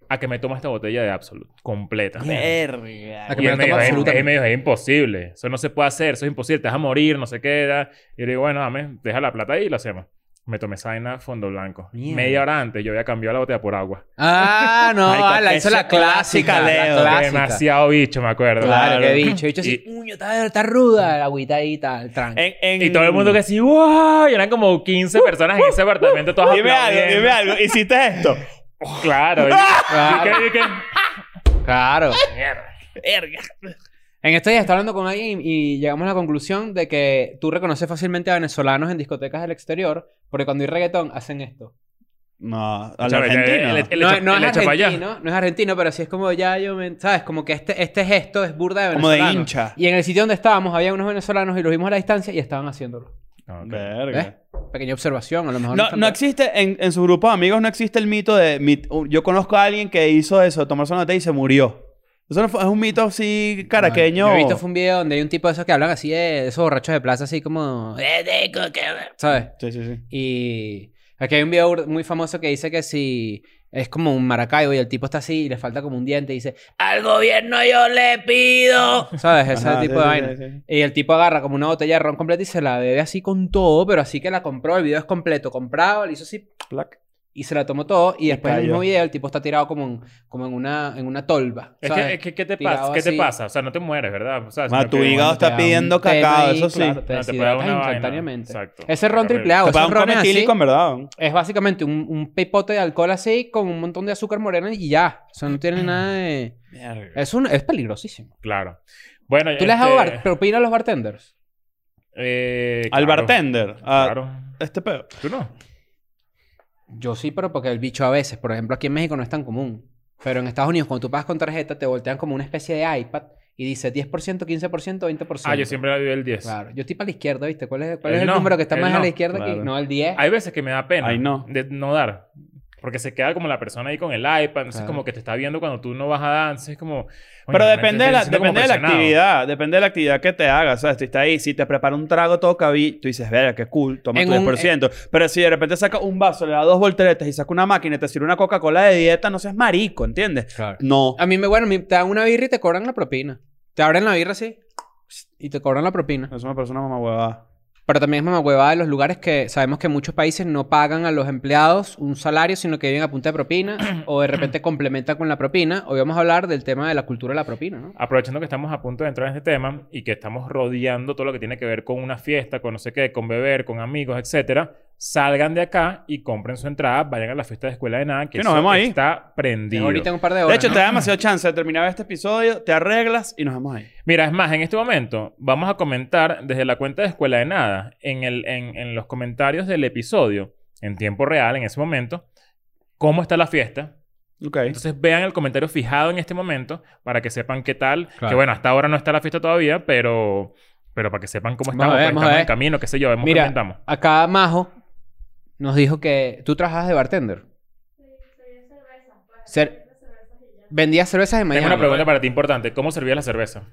[SPEAKER 2] A que me toma esta botella de Absolut completa.
[SPEAKER 3] Eh, Verga.
[SPEAKER 4] La que
[SPEAKER 2] Y él
[SPEAKER 4] me la
[SPEAKER 2] me
[SPEAKER 4] toma
[SPEAKER 2] dijo,
[SPEAKER 4] Absolut
[SPEAKER 2] "Es- es-
[SPEAKER 4] también".
[SPEAKER 2] me dijo, es imposible, eso no se puede hacer, eso es imposible, te vas a morir, no se queda. Y yo le digo, bueno, dame, deja la plata ahí y lo hacemos. Me tomé esa vaina fondo blanco.
[SPEAKER 4] Mierda.
[SPEAKER 2] Media hora antes yo había cambiado la botella por agua.
[SPEAKER 4] Ah, no,
[SPEAKER 3] Marico,
[SPEAKER 4] ah, la
[SPEAKER 3] que
[SPEAKER 4] hizo
[SPEAKER 3] esa
[SPEAKER 4] la clásica,
[SPEAKER 3] clásica, Leo.
[SPEAKER 4] la clásica.
[SPEAKER 2] Demasiado bicho, me acuerdo.
[SPEAKER 4] Claro, qué bicho. Bicho así,
[SPEAKER 2] Y-
[SPEAKER 4] uño, está, está ruda la agüita ahí, tal, tranqui.
[SPEAKER 3] En- en-
[SPEAKER 2] Y todo el mundo que así, wow, y eran como 15
[SPEAKER 4] Uh,
[SPEAKER 2] personas en ese apartamento todas
[SPEAKER 3] Dime algo,
[SPEAKER 2] aplaudiendo.
[SPEAKER 3] dime algo. ¿Hiciste esto?
[SPEAKER 2] Claro. y-
[SPEAKER 4] Claro.
[SPEAKER 2] y que- y que-
[SPEAKER 4] Claro.
[SPEAKER 2] Mierda.
[SPEAKER 3] Verga.
[SPEAKER 4] En estos días estaba hablando con alguien y, y llegamos a la conclusión de que tú reconoces fácilmente a venezolanos en discotecas del exterior porque cuando hay reggaetón hacen esto.
[SPEAKER 3] No, a la
[SPEAKER 2] Chávez,
[SPEAKER 3] Argentina.
[SPEAKER 2] el- el- el-
[SPEAKER 4] No,
[SPEAKER 2] echa-
[SPEAKER 4] no
[SPEAKER 2] el
[SPEAKER 4] es
[SPEAKER 2] echa pa' allá.
[SPEAKER 4] argentino, no es argentino, pero sí es como ya yo, me- ¿sabes? Como que este, este gesto es burda de
[SPEAKER 3] Como de
[SPEAKER 4] venezolano.
[SPEAKER 3] hincha.
[SPEAKER 4] Y en el sitio donde estábamos había unos venezolanos y los vimos a la distancia y estaban haciéndolo.
[SPEAKER 2] Ah, ok.
[SPEAKER 4] ¿Ves?
[SPEAKER 3] Verga.
[SPEAKER 4] Pequeña observación, a lo mejor.
[SPEAKER 3] No,
[SPEAKER 4] están-
[SPEAKER 3] no existe, en, en su grupo de amigos no existe el mito de... mi- u- yo conozco a alguien que hizo eso, tomarse una botella y se murió. Eso no fue- es un mito así caraqueño.
[SPEAKER 4] Yo he visto fue un video donde hay un tipo de esos que hablan así de esos borrachos de plaza, así como. "Eh, de co- que-", ¿Sabes?
[SPEAKER 3] Sí, sí, sí.
[SPEAKER 4] Y aquí hay un video bur- muy famoso que dice que si es como un maracaibo y el tipo está así y le falta como un diente y dice, al gobierno yo le pido. ¿Sabes? Ese
[SPEAKER 3] Ajá,
[SPEAKER 4] tipo
[SPEAKER 3] sí,
[SPEAKER 4] de
[SPEAKER 3] sí,
[SPEAKER 4] vaina.
[SPEAKER 3] sí, sí.
[SPEAKER 4] Y el tipo agarra como una botella de ron completa y se la bebe así con todo, pero así que la compró, el video es completo, comprado, le hizo así
[SPEAKER 3] Plac.
[SPEAKER 4] y se la tomó todo y después en el
[SPEAKER 3] cayó.
[SPEAKER 4] mismo video el tipo está tirado como en, como en una en una tolva.
[SPEAKER 2] Es
[SPEAKER 4] ¿sabes?
[SPEAKER 2] que, es que- ¿qué te
[SPEAKER 4] Tirado
[SPEAKER 2] pasa? ¿Qué te
[SPEAKER 4] así.
[SPEAKER 2] pasa? O sea, no te mueres, ¿verdad? O sea,
[SPEAKER 3] Ma,
[SPEAKER 2] sino
[SPEAKER 3] tu
[SPEAKER 2] que-
[SPEAKER 3] hígado está
[SPEAKER 4] te da un
[SPEAKER 3] pidiendo
[SPEAKER 4] tema
[SPEAKER 3] cacao,
[SPEAKER 4] ahí,
[SPEAKER 3] eso sí.
[SPEAKER 4] claro, te
[SPEAKER 2] No, te puede dar
[SPEAKER 4] deshidratas
[SPEAKER 2] una vaina.
[SPEAKER 4] instantáneamente.
[SPEAKER 2] Exacto.
[SPEAKER 4] Ese ron
[SPEAKER 2] Terrible.
[SPEAKER 4] triple A, Ah, o
[SPEAKER 3] Te
[SPEAKER 4] esos
[SPEAKER 3] pagan un
[SPEAKER 4] rones así,
[SPEAKER 3] cometílico, en verdad. ¿no?
[SPEAKER 4] es básicamente un, un pipote de alcohol así con un montón de azúcar morena y ya. O sea, no tiene nada de... Es, un, es peligrosísimo.
[SPEAKER 2] Claro. Bueno, este,
[SPEAKER 4] ¿Tú le has dado bar- propina a los bartenders?
[SPEAKER 3] Al bartender. a
[SPEAKER 2] eh, Claro.
[SPEAKER 3] Este pedo.
[SPEAKER 2] Tú no.
[SPEAKER 4] Yo sí, pero porque el bicho a veces, por ejemplo, aquí en México no es tan común. Pero en Estados Unidos, cuando tú pagas con tarjeta, te voltean como una especie de iPad y dice 10%, 15%, 20%.
[SPEAKER 2] Ah, yo siempre la vivo el 10.
[SPEAKER 4] Claro. Yo estoy para la izquierda, ¿viste? ¿Cuál es, cuál
[SPEAKER 2] El
[SPEAKER 4] es el
[SPEAKER 2] no,
[SPEAKER 4] número que está
[SPEAKER 2] el
[SPEAKER 4] más a
[SPEAKER 2] no,
[SPEAKER 4] la izquierda? aquí?
[SPEAKER 3] claro.
[SPEAKER 4] No, el 10.
[SPEAKER 2] Hay veces que me da pena
[SPEAKER 3] Ay, no.
[SPEAKER 2] de no dar. Porque se queda como la persona ahí con el iPad. Entonces,
[SPEAKER 4] Claro.
[SPEAKER 2] como que te está viendo cuando tú no vas a dar. Entonces, es como... "Coño,
[SPEAKER 3] Pero
[SPEAKER 2] me
[SPEAKER 3] depende, de la,
[SPEAKER 2] siento como
[SPEAKER 3] depende de la
[SPEAKER 2] presionado".
[SPEAKER 3] actividad, depende de la actividad que te hagas. ¿sabes? Tú estás ahí, si te prepara un trago todo cabi, tú dices, verga, qué cool, toma
[SPEAKER 4] En
[SPEAKER 3] tu
[SPEAKER 4] un- eh,
[SPEAKER 3] 10%. Pero si de repente sacas un vaso, le das dos volteretas y sacas una máquina y te sirve una Coca-Cola de dieta, no seas marico, ¿entiendes?
[SPEAKER 4] Claro.
[SPEAKER 3] No.
[SPEAKER 4] A mí me, bueno, a mí te dan una birra y te cobran la propina. Te abren la birra así y te cobran la propina.
[SPEAKER 3] Es una persona mamá huevada.
[SPEAKER 4] Pero también es mamá huevada de los lugares que sabemos que muchos países no pagan a los empleados un salario, sino que viven a punta de propina o de repente complementan con la propina. Hoy vamos a hablar del tema de la cultura de la propina, ¿no?
[SPEAKER 2] Aprovechando que estamos a punto de entrar en este tema y que estamos rodeando todo lo que tiene que ver con una fiesta, con no sé qué, con beber, con amigos, etcétera, salgan de acá y compren su entrada, vayan a la fiesta de escuela de nada, que
[SPEAKER 3] Sí, nos
[SPEAKER 2] eso
[SPEAKER 3] vemos ahí.
[SPEAKER 2] está
[SPEAKER 4] Es
[SPEAKER 2] prendido.
[SPEAKER 4] ahorita en un par de horas.
[SPEAKER 3] De hecho,
[SPEAKER 4] ¿no?
[SPEAKER 3] te da demasiado chance de terminar este episodio, te arreglas y nos vamos ahí.
[SPEAKER 2] Mira, es más, en este momento vamos a comentar desde la cuenta de Escuela de Nada, en, el, en, en los comentarios del episodio, en tiempo real, en ese momento, cómo está la fiesta.
[SPEAKER 3] Ok.
[SPEAKER 2] Entonces vean el comentario fijado en este momento para que sepan qué tal.
[SPEAKER 4] Claro.
[SPEAKER 2] Que bueno, hasta ahora no está la fiesta todavía, pero, pero para que sepan cómo
[SPEAKER 4] Vamos a
[SPEAKER 2] estamos,
[SPEAKER 4] ver,
[SPEAKER 2] porque
[SPEAKER 4] vamos a
[SPEAKER 2] estamos en
[SPEAKER 4] ver.
[SPEAKER 2] camino, qué sé yo, vemos qué
[SPEAKER 4] Mira.
[SPEAKER 2] comentamos.
[SPEAKER 4] Acá Majo nos dijo que tú trabajabas de bartender. Ser- Vendías cervezas en
[SPEAKER 2] Tengo
[SPEAKER 4] Miami.
[SPEAKER 2] una pregunta para ti importante. ¿Cómo servías la cerveza?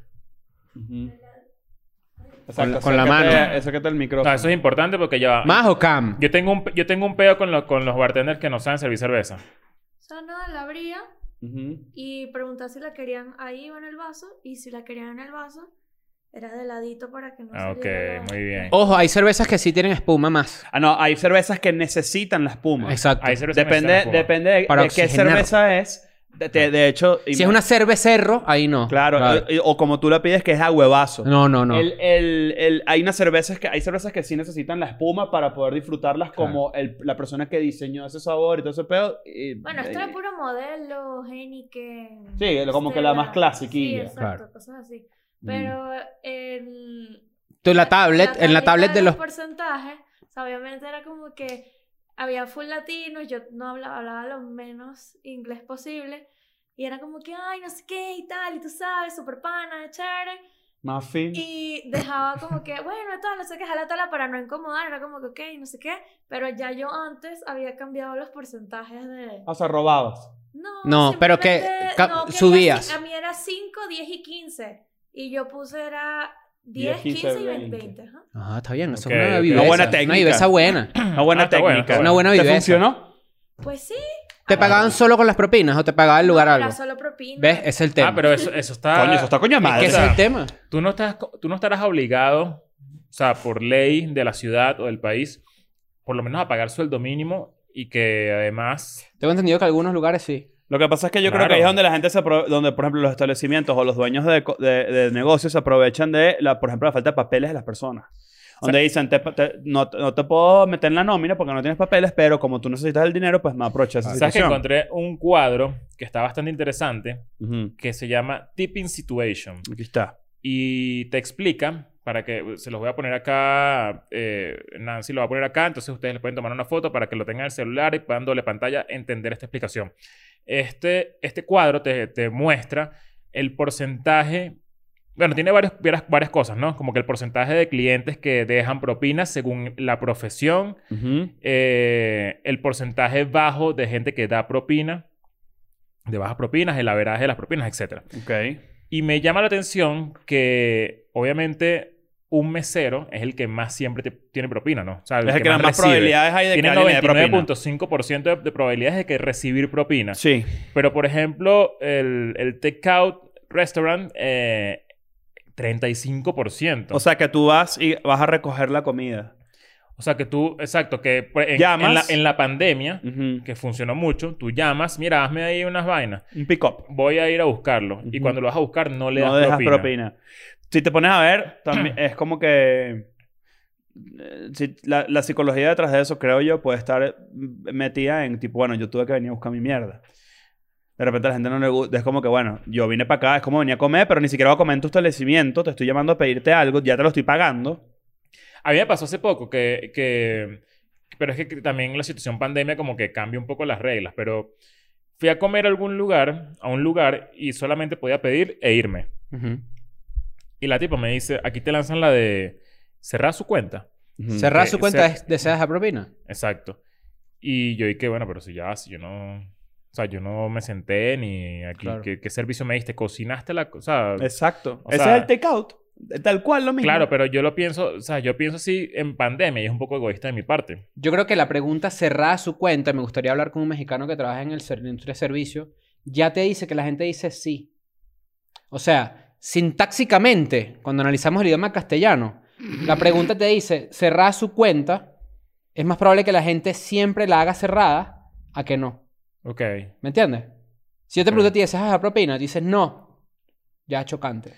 [SPEAKER 4] Con la- con la mano.
[SPEAKER 3] Eso que está el
[SPEAKER 2] No,
[SPEAKER 3] micrófono.
[SPEAKER 2] eso es importante porque ya va.
[SPEAKER 4] ¿Majo Cam?
[SPEAKER 2] Yo tengo un, yo tengo un peo con, los con los bartenders que no saben servir cerveza.
[SPEAKER 6] Yo nada, la abría
[SPEAKER 3] Ujú.
[SPEAKER 6] y preguntaba si la querían ahí o en el vaso. Y si la querían en el vaso, era de ladito para que no
[SPEAKER 2] Ah, ok,
[SPEAKER 6] saliera.
[SPEAKER 2] muy bien.
[SPEAKER 4] Ojo, hay cervezas que sí tienen espuma más.
[SPEAKER 3] Ah, no, hay cervezas que necesitan la espuma.
[SPEAKER 4] Exacto.
[SPEAKER 2] Hay cerveza que
[SPEAKER 3] Depende,
[SPEAKER 2] necesitan espuma.
[SPEAKER 3] depende de,
[SPEAKER 4] Para
[SPEAKER 3] de qué
[SPEAKER 4] oxigenar.
[SPEAKER 3] cerveza es. De, de- de hecho,
[SPEAKER 4] Si es una cervecerro, ahí no.
[SPEAKER 3] Claro, eh, O, como tú la pides, que es a huevazo.
[SPEAKER 4] No, no, no.
[SPEAKER 3] El- el- el- hay unas cervezas que hay cervezas que sí necesitan la espuma para poder disfrutarlas
[SPEAKER 4] Claro.
[SPEAKER 3] como el- la persona que diseñó ese sabor y todo ese pedo. y-
[SPEAKER 6] Bueno, esto
[SPEAKER 3] y-
[SPEAKER 6] era puro modelo, Heineken.
[SPEAKER 3] Sí, como que la más
[SPEAKER 6] clasiquilla. Sí,
[SPEAKER 3] clasiquilla. Mm.
[SPEAKER 6] exacto,
[SPEAKER 4] Claro.
[SPEAKER 6] cosas así.
[SPEAKER 2] Mm.
[SPEAKER 6] Pero en
[SPEAKER 4] Tú en la tablet, en la tablet de los...
[SPEAKER 6] porcentajes, o sea, obviamente era como que había full latinos, yo no hablaba, hablaba lo menos inglés posible. Y era como que, ay, no sé qué y tal, y tú sabes, super pana, chévere.
[SPEAKER 4] Mm.
[SPEAKER 3] Muffin.
[SPEAKER 6] Y dejaba como que, bueno, tal, no sé qué, jalatala para no incomodar, era como que, ok, no sé qué. Pero ya yo antes había cambiado los porcentajes de...
[SPEAKER 3] O sea, robabas.
[SPEAKER 6] No,
[SPEAKER 4] Ah. No, pero que
[SPEAKER 6] simplemente
[SPEAKER 4] ca-
[SPEAKER 6] no, quería
[SPEAKER 4] subías.
[SPEAKER 6] cin- A mí era 5, 10 y 15. Y yo puse era
[SPEAKER 3] 10,
[SPEAKER 6] 10,
[SPEAKER 3] 15,
[SPEAKER 6] 15 y 20.
[SPEAKER 3] 20,
[SPEAKER 6] ajá.
[SPEAKER 4] Ah, está bien. Eso
[SPEAKER 2] Ok,
[SPEAKER 4] es una
[SPEAKER 2] ok.
[SPEAKER 4] viveza.
[SPEAKER 3] Una buena
[SPEAKER 4] Una
[SPEAKER 3] técnica.
[SPEAKER 4] viveza buena.
[SPEAKER 3] Una buena
[SPEAKER 2] Ah, está bueno,
[SPEAKER 3] técnica.
[SPEAKER 2] está
[SPEAKER 4] Una buena
[SPEAKER 3] ¿Te
[SPEAKER 4] viveza.
[SPEAKER 3] funcionó?
[SPEAKER 6] Pues sí.
[SPEAKER 4] ¿Te pagaban solo con las propinas o te pagaba el lugar
[SPEAKER 6] No,
[SPEAKER 4] algo?
[SPEAKER 6] Era solo propina.
[SPEAKER 4] ¿Ves? Ese Es el tema.
[SPEAKER 2] Ah, pero eso, eso está...
[SPEAKER 3] Coño, eso está coño de madre.
[SPEAKER 4] ¿Qué es
[SPEAKER 2] o sea,
[SPEAKER 4] el tema?
[SPEAKER 2] Tú no, estás, co- tú no estarás obligado, o sea, por ley de la ciudad o del país, por lo menos a pagar sueldo mínimo y que además...
[SPEAKER 4] Tengo entendido que algunos lugares sí.
[SPEAKER 3] Lo que pasa es que yo creo
[SPEAKER 2] Claro.
[SPEAKER 3] que ahí es donde la gente se apro- donde por ejemplo los establecimientos o los dueños de, co- de- de negocios se aprovechan de la, por ejemplo, la falta de papeles de las personas. Donde dicen, te- te- no, no te puedo meter en la nómina porque no tienes papeles, pero como tú necesitas el dinero, pues me aprovechas esa
[SPEAKER 2] Ah, ¿Sabes que
[SPEAKER 3] situación.
[SPEAKER 2] encontré un cuadro que está bastante interesante
[SPEAKER 3] Ujú.
[SPEAKER 2] que se llama Tipping Situation?
[SPEAKER 3] Aquí está.
[SPEAKER 2] y te explica para que se los voy a poner acá eh, Nancy lo va a poner acá entonces ustedes le pueden tomar una foto para que lo tengan en el celular y puedan doble pantalla entender esta explicación este, este cuadro te, te muestra el porcentaje bueno, tiene varios, varias, varias cosas, ¿no? Como que el porcentaje de clientes que dejan propinas según la profesión,
[SPEAKER 3] Ujú.
[SPEAKER 2] eh, el porcentaje bajo de gente que da propina, de bajas propinas, el averaje de las propinas, etcétera.
[SPEAKER 3] Ok.
[SPEAKER 2] Y me llama la atención que, obviamente, un mesero es el que más siempre te- tiene propina, ¿no? O sea, el
[SPEAKER 3] Es el que las más
[SPEAKER 2] recibe.
[SPEAKER 3] probabilidades hay de que
[SPEAKER 2] Tiene
[SPEAKER 3] alguien le dé propina.
[SPEAKER 2] 99.5% de, de probabilidades de que recibir propina.
[SPEAKER 3] Sí.
[SPEAKER 2] Pero, por ejemplo, el, el takeout restaurant, eh, 35%.
[SPEAKER 3] O sea, que tú vas y vas a recoger la comida.
[SPEAKER 2] O sea, que tú, exacto, que pues, en,
[SPEAKER 3] Llamas.
[SPEAKER 2] en la, en la pandemia,
[SPEAKER 3] Ujú.
[SPEAKER 2] que funcionó mucho, tú llamas, mira, hazme ahí unas vainas,
[SPEAKER 3] Un pick-up.
[SPEAKER 2] voy a ir a buscarlo. Y
[SPEAKER 3] Ujú.
[SPEAKER 2] cuando lo vas a buscar, no le
[SPEAKER 3] no
[SPEAKER 2] das
[SPEAKER 3] dejas propina.
[SPEAKER 2] propina.
[SPEAKER 3] Si te pones a ver, también es como que... eh, si- la, la psicología detrás de eso, creo yo, puede estar eh, metida en tipo, bueno, yo tuve que venir a buscar mi mierda. De repente a la gente no le gusta. Es como que, bueno, yo vine para acá, es como venía a comer, pero ni siquiera voy a comer en tu establecimiento, te estoy llamando a pedirte algo, ya te lo estoy pagando.
[SPEAKER 2] A mí me pasó hace poco que, que... Pero es que también la situación pandemia como que cambia un poco las reglas. Pero fui a comer a algún lugar, a un lugar, y solamente podía pedir e irme.
[SPEAKER 4] Ujú.
[SPEAKER 2] Y la tipa me dice, aquí te lanzan la de cerrar su cuenta.
[SPEAKER 3] Ujú.
[SPEAKER 4] Cerrar
[SPEAKER 2] que
[SPEAKER 4] su cuenta
[SPEAKER 2] se-
[SPEAKER 4] es deseas la propina.
[SPEAKER 2] Exacto. Y yo dije, bueno, pero si ya, si yo no... O sea, yo no me senté ni aquí.
[SPEAKER 4] Claro.
[SPEAKER 2] ¿qué, qué servicio me diste? ¿Cocinaste la cosa?
[SPEAKER 3] Exacto.
[SPEAKER 2] O
[SPEAKER 3] Ese
[SPEAKER 2] sea-
[SPEAKER 3] es el takeout. Tal cual lo mismo.
[SPEAKER 2] Claro, pero yo lo pienso... O sea, yo pienso así en pandemia y es un poco egoísta de mi parte.
[SPEAKER 4] Yo creo que la pregunta cerrada su cuenta, me gustaría hablar con un mexicano que trabaja en el ser- en la industria de servicio, ya te dice que la gente dice sí. O sea, sintáxicamente, cuando analizamos el idioma castellano, la pregunta te dice cerrada su cuenta, es más probable que la gente siempre la haga cerrada a que no.
[SPEAKER 2] Ok.
[SPEAKER 4] ¿Me entiendes? Si yo te
[SPEAKER 2] Ok.
[SPEAKER 4] pregunto a ti, ¿deseas la propina? Y tú dices no. Ya es chocante.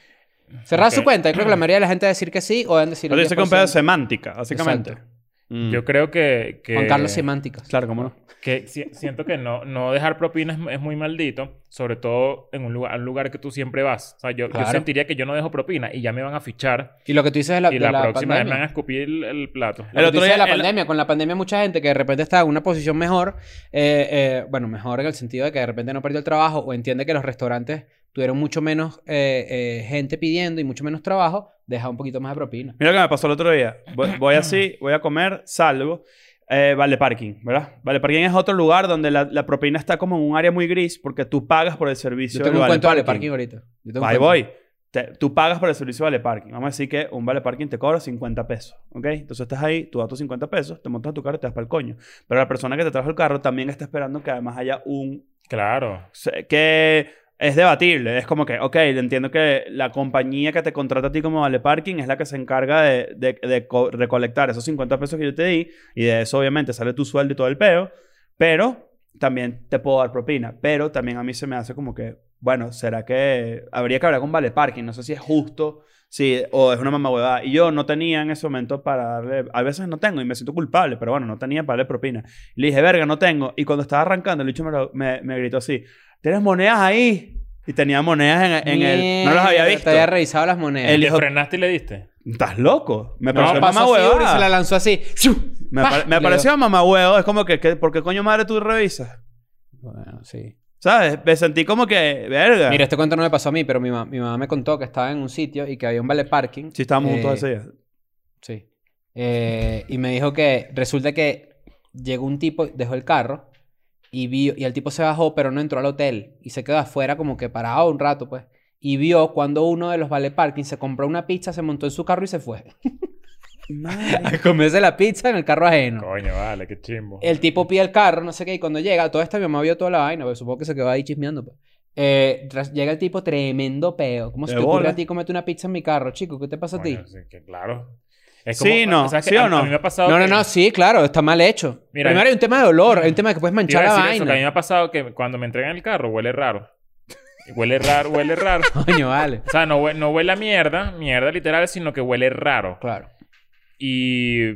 [SPEAKER 4] Cerrar su
[SPEAKER 2] Ok.
[SPEAKER 4] cuenta. Yo creo que la mayoría de la gente va a decir que sí o van a decir
[SPEAKER 3] Pero
[SPEAKER 4] el
[SPEAKER 3] yo sé que es un pedo de
[SPEAKER 4] 10%.
[SPEAKER 3] semántica, básicamente.
[SPEAKER 4] Exacto.
[SPEAKER 3] Mm.
[SPEAKER 2] Yo creo que... que
[SPEAKER 4] Juan Carlos Semánticas.
[SPEAKER 3] Claro, cómo no.
[SPEAKER 2] que si- siento que no, no dejar propinas es muy maldito, sobre todo en un lugar, un lugar que tú siempre vas. O sea, yo, yo
[SPEAKER 4] Claro.
[SPEAKER 2] sentiría que yo no dejo propina y ya me van a fichar
[SPEAKER 4] Y lo que tú dices de la,
[SPEAKER 2] y
[SPEAKER 4] de
[SPEAKER 2] la,
[SPEAKER 4] la
[SPEAKER 2] próxima vez me
[SPEAKER 4] pandemia.
[SPEAKER 2] van a escupir el, el plato.
[SPEAKER 4] Lo que
[SPEAKER 3] El
[SPEAKER 4] tú
[SPEAKER 3] otro
[SPEAKER 4] dices
[SPEAKER 3] día-
[SPEAKER 4] de la
[SPEAKER 3] el-
[SPEAKER 4] pandemia, con la pandemia mucha gente que de repente está en una posición mejor, eh, eh, bueno, mejor en el sentido de que de repente no perdió el trabajo o entiende que los restaurantes tuvieron mucho menos eh, eh, gente pidiendo y mucho menos trabajo, deja un poquito más de propina.
[SPEAKER 3] Mira lo que me pasó el otro día. Voy, voy así, voy a comer, salgo. Eh, vale Parking, ¿verdad? Vale Parking es otro lugar donde la, la propina está como en un área muy gris porque tú pagas por el servicio.
[SPEAKER 4] Yo
[SPEAKER 3] del
[SPEAKER 4] tengo un
[SPEAKER 3] Vale
[SPEAKER 4] cuento de Vale
[SPEAKER 3] Parking.
[SPEAKER 4] Parking ahorita. Yo tengo un
[SPEAKER 3] Ahí
[SPEAKER 4] cuento.
[SPEAKER 3] voy. Te- tú pagas por el servicio de Vale Parking. Vamos a decir que un Vale Parking te cobra 50 pesos. ¿Ok? Entonces estás ahí, tú das tus 50 pesos, te montas a tu carro y te vas para el coño. Pero la persona que te trajo el carro también está esperando que además haya un.
[SPEAKER 2] Claro.
[SPEAKER 3] se- que es debatible. Es como que, ok, entiendo que la compañía que te contrata a ti como Vale Parking es la que se encarga de, de- de co- recolectar esos 50 pesos que yo te di. Y de eso, obviamente, sale tu sueldo y todo el peo. Pero también te puedo dar propina. Pero también a mí se me hace como que, bueno, ¿será que habría que hablar con Vale Parking? No sé si es justo sí, o es una mamá Y yo no tenía en ese momento para darle, a veces no tengo y me siento culpable, pero bueno, no tenía para darle propina. Y le dije, verga, no tengo. Y cuando estaba arrancando, el bicho me, lo- me- me gritó así, ¿tienes monedas ahí? Y tenía monedas en, en el... No las había
[SPEAKER 4] Mierda, Te
[SPEAKER 3] visto.
[SPEAKER 4] había revisado las monedas.
[SPEAKER 3] El
[SPEAKER 2] ¿Te
[SPEAKER 3] hijo-
[SPEAKER 2] frenaste y le diste?
[SPEAKER 3] ¿Estás loco? Me
[SPEAKER 4] no,
[SPEAKER 3] pareció
[SPEAKER 4] pasó
[SPEAKER 3] mamá
[SPEAKER 4] así, Uri, se la lanzó así.
[SPEAKER 3] Me,
[SPEAKER 4] ¡Pah!
[SPEAKER 3] pare- me
[SPEAKER 4] Le dio.
[SPEAKER 3] pareció mamá Es como que, que, ¿por qué coño madre tú revisas?
[SPEAKER 4] Bueno, sí.
[SPEAKER 3] ¿Sabes? Me sentí como que, verga.
[SPEAKER 4] Mira, este cuento no me pasó a mí, pero mi, ma- mi mamá me contó que estaba en un sitio y que había un vale parking.
[SPEAKER 3] sí, estábamos
[SPEAKER 4] Eh,
[SPEAKER 3] juntos ese día.
[SPEAKER 4] Sí. Eh, y me dijo que resulta que llegó un tipo, dejó el carro y vio, y el tipo se bajó, pero no entró al hotel y se quedó afuera como que parado un rato, pues. Y vio cuando uno de los vale parking se compró una pizza, se montó en su carro y se fue. A comerse la pizza en el carro ajeno.
[SPEAKER 2] Coño, vale, qué chimbo.
[SPEAKER 4] El tipo pide el carro, no sé qué, y cuando llega, todo esto mi mamá vio toda la vaina, pero supongo que se quedó ahí chismeando. pues. Eh, tras- llega el tipo tremendo peo. ¿Cómo se
[SPEAKER 3] De
[SPEAKER 4] te ocurre
[SPEAKER 3] bola.
[SPEAKER 4] a ti comerte una pizza en mi carro, chico? ¿Qué te pasa a ti?
[SPEAKER 2] Coño, sí, que claro. Es
[SPEAKER 3] Sí, no.
[SPEAKER 2] ¿sabes
[SPEAKER 3] ¿Sí
[SPEAKER 2] qué?
[SPEAKER 3] o
[SPEAKER 2] A-
[SPEAKER 3] no?
[SPEAKER 2] A mí me ha pasado
[SPEAKER 4] No, no,
[SPEAKER 2] que-
[SPEAKER 4] no, sí, claro, está mal hecho.
[SPEAKER 2] Mira,
[SPEAKER 4] Primero hay un tema de olor, hay un tema de que puedes
[SPEAKER 2] Te iba
[SPEAKER 4] manchar
[SPEAKER 2] a
[SPEAKER 4] la
[SPEAKER 2] decir eso, que a mí me
[SPEAKER 4] vaina.
[SPEAKER 2] ha pasado que cuando me entregan el carro huele raro. Huele raro, huele raro.
[SPEAKER 4] Coño, vale.
[SPEAKER 2] O sea, no, hue- no huele a mierda, mierda literal, sino que huele raro.
[SPEAKER 4] Claro.
[SPEAKER 2] Y,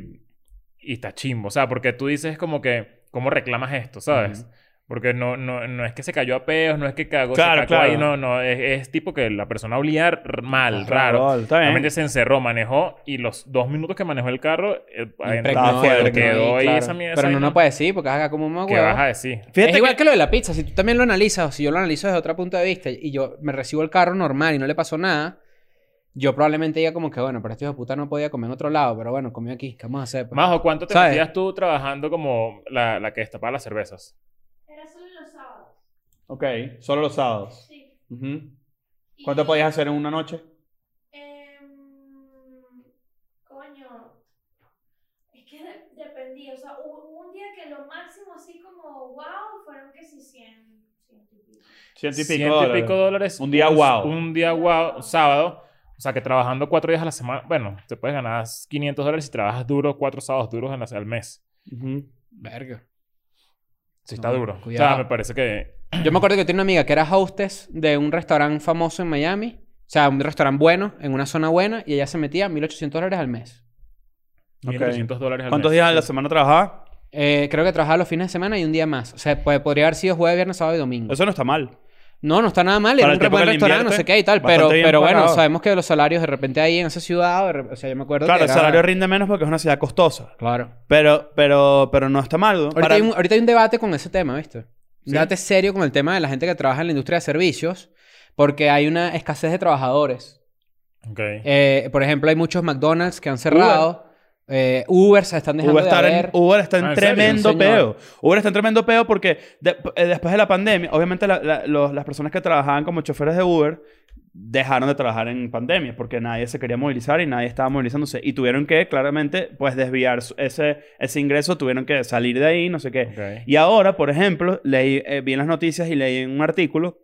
[SPEAKER 2] y está chimbo. O sea, porque tú dices como que, ¿cómo reclamas esto? ¿Sabes? Porque no, no, no es que se cayó a peos, no es que cagó,
[SPEAKER 3] Claro,
[SPEAKER 2] se cagó
[SPEAKER 3] claro.
[SPEAKER 2] ahí. No, no. Es, es tipo que la persona olía r- mal, raro.
[SPEAKER 3] Está bien.
[SPEAKER 2] Realmente se encerró, manejó. Y los dos minutos que manejó el carro... eh, adentro
[SPEAKER 3] Impregnó,
[SPEAKER 2] quedó-
[SPEAKER 3] fuerte,
[SPEAKER 2] quedó ahí
[SPEAKER 4] claro.
[SPEAKER 2] esa mierda.
[SPEAKER 4] Pero
[SPEAKER 2] ahí,
[SPEAKER 4] no, no puede decir, porque haga como más
[SPEAKER 2] ¿Qué
[SPEAKER 4] huevo.
[SPEAKER 2] vas a decir?
[SPEAKER 3] Fíjate
[SPEAKER 4] es igual
[SPEAKER 3] que-
[SPEAKER 4] que... lo de la pizza. Si tú también lo analizas, o si yo lo analizo desde otro punto de vista y yo me recibo el carro normal y no le pasó nada, yo probablemente diga como que, bueno, pero este hijo de puta no podía comer en otro lado, pero bueno, comió aquí. ¿Qué vamos a hacer? pues?
[SPEAKER 2] Majo, ¿cuánto te
[SPEAKER 4] ¿Sabes?
[SPEAKER 2] metías tú trabajando como la, la que destapaba las cervezas?
[SPEAKER 6] Era solo los sábados.
[SPEAKER 3] Ok, solo los sábados.
[SPEAKER 6] Sí.
[SPEAKER 3] Ujú.
[SPEAKER 6] Y-
[SPEAKER 3] ¿Cuánto podías hacer en una noche?
[SPEAKER 6] Em, coño. Es que de- dependía. O sea, hubo hubo un día que lo máximo, así como wow, fueron que sí 100.
[SPEAKER 3] Ciento
[SPEAKER 2] Ciento y pico dólares.
[SPEAKER 3] Un día guau.
[SPEAKER 2] Un día wow, un sábado. O sea, que trabajando cuatro días a la semana, bueno, te puedes ganar 500 dólares si trabajas duro cuatro sábados duros en la- al mes.
[SPEAKER 3] Ujú.
[SPEAKER 4] Verga.
[SPEAKER 2] Sí, está
[SPEAKER 4] No,
[SPEAKER 2] duro. O
[SPEAKER 4] cuidado.
[SPEAKER 2] sea, me parece que...
[SPEAKER 4] Yo me acuerdo que tenía una amiga que era hostess de un restaurante famoso en Miami. O sea, un restaurante bueno, en una zona buena, y ella se metía 1.800 dólares al mes.
[SPEAKER 3] Ok.
[SPEAKER 2] 1.800 dólares al
[SPEAKER 3] ¿Cuántos
[SPEAKER 2] mes.
[SPEAKER 3] días a la semana trabajaba?
[SPEAKER 4] Eh, creo que trabajaba los fines de semana y un día más. O sea, puede- podría haber sido jueves, viernes, sábado y domingo.
[SPEAKER 3] Eso no está mal.
[SPEAKER 4] No, no está nada mal.
[SPEAKER 3] Para
[SPEAKER 4] Era
[SPEAKER 3] el
[SPEAKER 4] un re-
[SPEAKER 3] tiempo
[SPEAKER 4] buen
[SPEAKER 3] que le
[SPEAKER 4] restaurante, no
[SPEAKER 3] invierte,
[SPEAKER 4] sé qué y tal. Pero,
[SPEAKER 3] bastante bien
[SPEAKER 4] pero bueno,
[SPEAKER 3] pagado.
[SPEAKER 4] sabemos que los salarios de repente ahí en esa ciudad... de re- O sea, yo me acuerdo
[SPEAKER 3] Claro,
[SPEAKER 4] que
[SPEAKER 3] el
[SPEAKER 4] era-
[SPEAKER 3] salario rinde menos porque es una ciudad costosa.
[SPEAKER 4] Claro.
[SPEAKER 3] Pero, pero, pero no está mal. ¿no?
[SPEAKER 4] Ahorita,
[SPEAKER 3] Para-
[SPEAKER 4] hay un, ahorita hay un debate con ese tema, ¿viste? Un
[SPEAKER 3] Sí.
[SPEAKER 4] debate serio con el tema de la gente que trabaja en la industria de servicios. Porque hay una escasez de trabajadores.
[SPEAKER 2] Ok.
[SPEAKER 4] Eh, por ejemplo, hay muchos McDonald's que han cerrado. Eh, Uber se están dejando
[SPEAKER 3] Uber
[SPEAKER 4] de
[SPEAKER 3] está, en,
[SPEAKER 4] ver.
[SPEAKER 3] Uber está en
[SPEAKER 2] Ah, ¿en serio?
[SPEAKER 3] tremendo
[SPEAKER 4] Sí, señor.
[SPEAKER 3] peo. Uber está en tremendo peo porque de- eh, después de la pandemia, obviamente la- la- los- las personas que trabajaban como choferes de Uber dejaron de trabajar en pandemia porque nadie se quería movilizar y nadie estaba movilizándose. Y tuvieron que, claramente, pues desviar su- ese, ese ingreso, tuvieron que salir de ahí, no sé qué.
[SPEAKER 2] Ok.
[SPEAKER 3] Y ahora, por ejemplo, leí, eh, vi en las noticias y leí en un artículo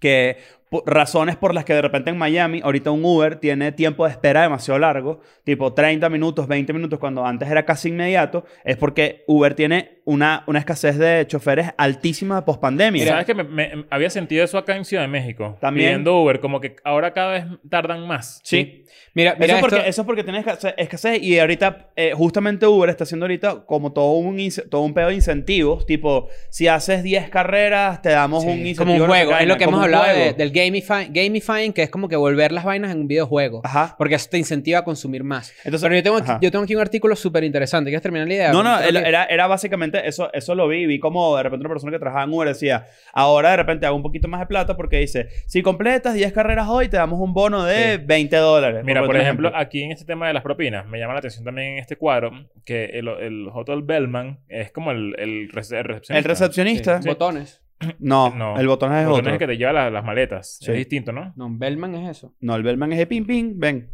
[SPEAKER 3] que po- razones por las que de repente en Miami ahorita un Uber tiene tiempo de espera demasiado largo, tipo 30 minutos, 20 minutos, cuando antes era casi inmediato, es porque Uber tiene una, una escasez de choferes altísima post pandemia.
[SPEAKER 2] ¿Sabes que me, me- había sentido eso acá en Ciudad de México?
[SPEAKER 3] También.
[SPEAKER 2] Pidiendo Uber, como que ahora cada vez tardan más.
[SPEAKER 3] Sí.
[SPEAKER 4] Mira, mira
[SPEAKER 3] Eso es, porque,
[SPEAKER 4] esto-
[SPEAKER 3] eso es porque tiene escasez, escasez y ahorita eh, justamente Uber está haciendo ahorita como todo un, ince- todo un pedo de incentivos, tipo si haces 10 carreras te damos
[SPEAKER 4] Sí,
[SPEAKER 3] un incentivo.
[SPEAKER 4] como un
[SPEAKER 3] no sé
[SPEAKER 4] juego.
[SPEAKER 3] qué
[SPEAKER 4] Es
[SPEAKER 3] vaina,
[SPEAKER 4] lo que
[SPEAKER 3] como
[SPEAKER 4] hemos
[SPEAKER 3] un
[SPEAKER 4] hablado de-
[SPEAKER 3] juego.
[SPEAKER 4] del gamify- gamifying, que es como que volver las vainas en un videojuego.
[SPEAKER 3] Ajá.
[SPEAKER 4] Porque eso te incentiva a consumir más.
[SPEAKER 3] Entonces-
[SPEAKER 4] Pero yo tengo, aquí,
[SPEAKER 3] ajá.
[SPEAKER 4] yo tengo aquí un artículo súper interesante. ¿Quieres terminar la idea?
[SPEAKER 3] No, no,
[SPEAKER 4] Creo
[SPEAKER 3] el-
[SPEAKER 4] que-
[SPEAKER 3] era, era básicamente eso, eso lo vi. Vi como de repente una persona que trabajaba en Uber decía, ahora de repente hago un poquito más de plata porque dice, si completas 10 carreras hoy te damos un bono de 20 dólares.
[SPEAKER 2] Mira, por
[SPEAKER 3] otro
[SPEAKER 2] ejemplo, aquí en este tema de las propinas, me llama la atención también en este cuadro que el, el Hotel Bellman es como el, el, rece- el recepcionista.
[SPEAKER 3] el recepcionista,
[SPEAKER 4] Sí, botones.
[SPEAKER 3] no,
[SPEAKER 2] No.
[SPEAKER 3] el botón es
[SPEAKER 2] El botón
[SPEAKER 3] otro.
[SPEAKER 2] es el que te lleva la- las maletas.
[SPEAKER 3] Sí.
[SPEAKER 2] Es distinto, ¿no?
[SPEAKER 4] No, Bellman es eso.
[SPEAKER 3] No, el Bellman es de ping, ping, ven.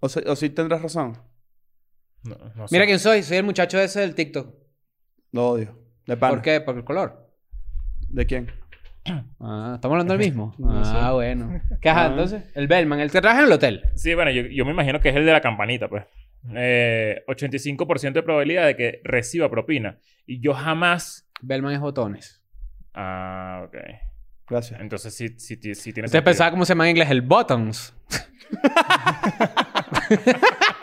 [SPEAKER 3] O, si- o sí tendrás razón.
[SPEAKER 2] No, no sé.
[SPEAKER 4] Mira quién soy. Soy el muchacho ese del TikTok.
[SPEAKER 3] Lo odio. De pana.
[SPEAKER 4] ¿Por qué? Por el color.
[SPEAKER 3] ¿De quién?
[SPEAKER 4] Ah, ¿estamos hablando del mismo?
[SPEAKER 3] No
[SPEAKER 4] ah,
[SPEAKER 3] sé.
[SPEAKER 4] bueno. ¿Qué ajá,
[SPEAKER 3] Ah.
[SPEAKER 4] entonces? El Bellman, el que trabaja en el hotel.
[SPEAKER 2] Sí, bueno, yo, yo me imagino que es el de la campanita, pues. Eh, 85% de probabilidad de que reciba propina. Y yo jamás...
[SPEAKER 4] Bellman es botones.
[SPEAKER 2] Ah, ok.
[SPEAKER 3] Gracias.
[SPEAKER 2] Entonces sí, sí, ti- sí tiene
[SPEAKER 4] Usted
[SPEAKER 2] sentido.
[SPEAKER 4] pensaba cómo se llama en inglés el Buttons.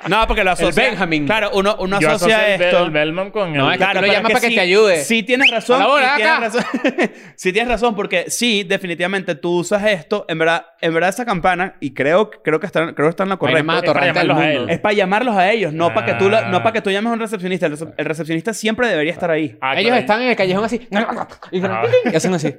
[SPEAKER 3] No, porque lo asocia.
[SPEAKER 4] Benjamin.
[SPEAKER 3] Claro, uno, uno
[SPEAKER 2] Yo
[SPEAKER 3] asocia
[SPEAKER 2] asocio el Bell-
[SPEAKER 3] esto.
[SPEAKER 2] el Bellman con
[SPEAKER 4] No,
[SPEAKER 2] el...
[SPEAKER 4] es que- tú lo
[SPEAKER 3] pero
[SPEAKER 4] llamas para que
[SPEAKER 3] sí-
[SPEAKER 4] te ayude.
[SPEAKER 3] Sí tienes razón.
[SPEAKER 4] A la bola,
[SPEAKER 3] sí
[SPEAKER 4] acá.
[SPEAKER 3] tienes razón. sí tienes razón porque sí, definitivamente tú usas esto. En verdad, en verdad esa campana y creo, creo que está, creo que está en lo
[SPEAKER 4] Vaina más
[SPEAKER 3] correcto.
[SPEAKER 2] Es para
[SPEAKER 4] atorrante del
[SPEAKER 2] llamarlos a
[SPEAKER 4] mundo.
[SPEAKER 2] él.
[SPEAKER 3] Es para llamarlos a ellos, no para que tú lo-
[SPEAKER 2] Ah.
[SPEAKER 3] no para que tú llames a un recepcionista. El, rece- el recepcionista siempre debería estar ahí.
[SPEAKER 2] Ah,
[SPEAKER 4] Ellos
[SPEAKER 2] claro.
[SPEAKER 4] están en el callejón así. Y,
[SPEAKER 2] Ah.
[SPEAKER 4] y hacen así.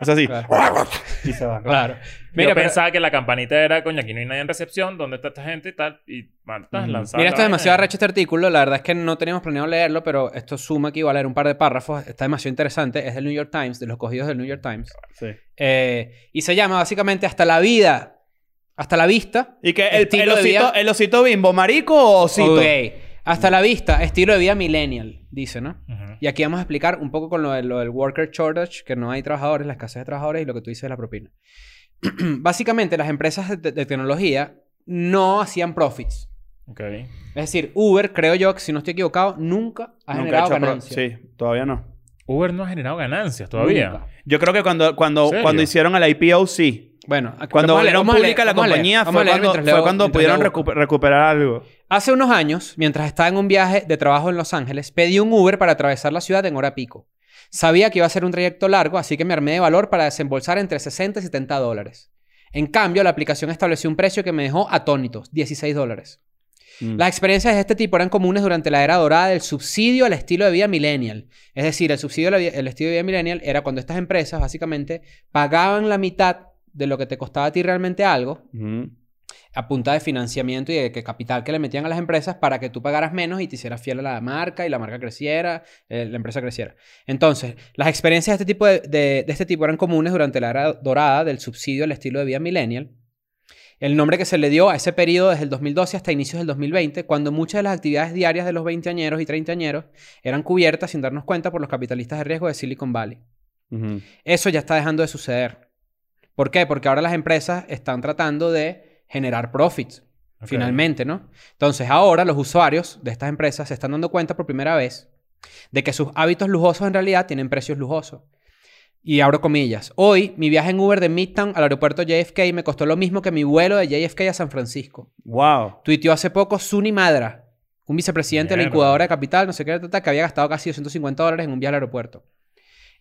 [SPEAKER 3] O sea, sí.
[SPEAKER 4] Claro.
[SPEAKER 3] Y se van.
[SPEAKER 4] Claro.
[SPEAKER 2] Mira,
[SPEAKER 4] Mira, pero-
[SPEAKER 2] pensaba que la campanita era, coño, aquí no hay nadie en recepción, ¿dónde está esta gente y tal? Y man, estás
[SPEAKER 3] Ujú.
[SPEAKER 2] lanzando.
[SPEAKER 4] Mira, esto es demasiado arrecho este artículo. La verdad es que no teníamos planeado leerlo, pero esto suma que iba a leer un par de párrafos. Está demasiado interesante. Es del New York Times, de los cogidos del New York Times.
[SPEAKER 3] Sí.
[SPEAKER 4] Eh, y se llama básicamente Hasta la vida, hasta la vista.
[SPEAKER 3] Y que el, el
[SPEAKER 4] Estilo de vida.
[SPEAKER 3] osito, el osito bimbo, marico o osito.
[SPEAKER 4] o gay. Hasta la vista, estilo de vida millennial, dice, ¿no? Y aquí vamos a explicar un poco con lo, de- lo del worker shortage, que no hay trabajadores, la escasez de trabajadores y lo que tú dices de la propina. Básicamente, las empresas de, te- de tecnología no hacían profits.
[SPEAKER 2] Ok.
[SPEAKER 4] Es decir, Uber, creo yo, que si no estoy equivocado, nunca
[SPEAKER 3] Nunca he
[SPEAKER 4] ha generado
[SPEAKER 3] hecho pro-
[SPEAKER 4] ganancias.
[SPEAKER 3] Sí, todavía no.
[SPEAKER 2] Uber no ha generado ganancias todavía.
[SPEAKER 4] Nunca.
[SPEAKER 3] Yo creo que cuando, cuando,
[SPEAKER 2] ¿Serio?
[SPEAKER 3] cuando hicieron el IPO, sí.
[SPEAKER 4] Bueno, aquí-
[SPEAKER 3] Cuando
[SPEAKER 4] vamos a leer-
[SPEAKER 3] volvieron
[SPEAKER 4] vamos a leer-
[SPEAKER 3] pública la
[SPEAKER 4] vamos a leer-
[SPEAKER 3] compañía
[SPEAKER 4] vamos a
[SPEAKER 3] fue
[SPEAKER 4] leer
[SPEAKER 3] cuando,
[SPEAKER 4] mientras leo-
[SPEAKER 3] fue cuando
[SPEAKER 4] mientras
[SPEAKER 3] pudieron
[SPEAKER 4] leo-
[SPEAKER 3] recu- recuperar algo.
[SPEAKER 4] Hace unos años, mientras estaba en un viaje de trabajo en Los Ángeles, pedí un Uber para atravesar la ciudad en hora pico. Sabía que iba a ser un trayecto largo, así que me armé de valor para desembolsar entre 60 y 70 dólares. En cambio, la aplicación estableció un precio que me dejó atónito, 16 dólares.
[SPEAKER 3] Mm.
[SPEAKER 4] Las experiencias de este tipo eran comunes durante la era dorada del subsidio al estilo de vida millennial. Es decir, el subsidio al el estilo de vida millennial era cuando estas empresas básicamente pagaban la mitad de lo que te costaba a ti realmente algo
[SPEAKER 3] Ujú.
[SPEAKER 4] a punta de financiamiento y de que capital que le metían a las empresas para que tú pagaras menos y te hicieras fiel a la marca y la marca creciera, eh, la empresa creciera. Entonces, las experiencias de este, tipo de, de- de este tipo eran comunes durante la era dorada del subsidio al estilo de vida millennial. El nombre que se le dio a ese periodo desde el 2012 hasta inicios del 2020, cuando muchas de las actividades diarias de los veinteañeros y treintañeros eran cubiertas sin darnos cuenta por los capitalistas de riesgo de Silicon Valley.
[SPEAKER 3] Ujú.
[SPEAKER 4] Eso ya está dejando de suceder. ¿Por qué? Porque ahora las empresas están tratando de generar profits,
[SPEAKER 2] Ok.
[SPEAKER 4] finalmente, ¿no? Entonces ahora los usuarios de estas empresas se están dando cuenta por primera vez de que sus hábitos lujosos en realidad tienen precios lujosos. Y abro comillas. Hoy, mi viaje en Uber de Midtown al aeropuerto JFK me costó lo mismo que mi vuelo de JFK a San Francisco.
[SPEAKER 3] Wow.
[SPEAKER 4] Tuiteó hace poco Suni Madra, un vicepresidente de la
[SPEAKER 2] Mierda.
[SPEAKER 4] incubadora de capital, no sé qué, ta, ta, que había gastado casi 250 dólares en un viaje al aeropuerto.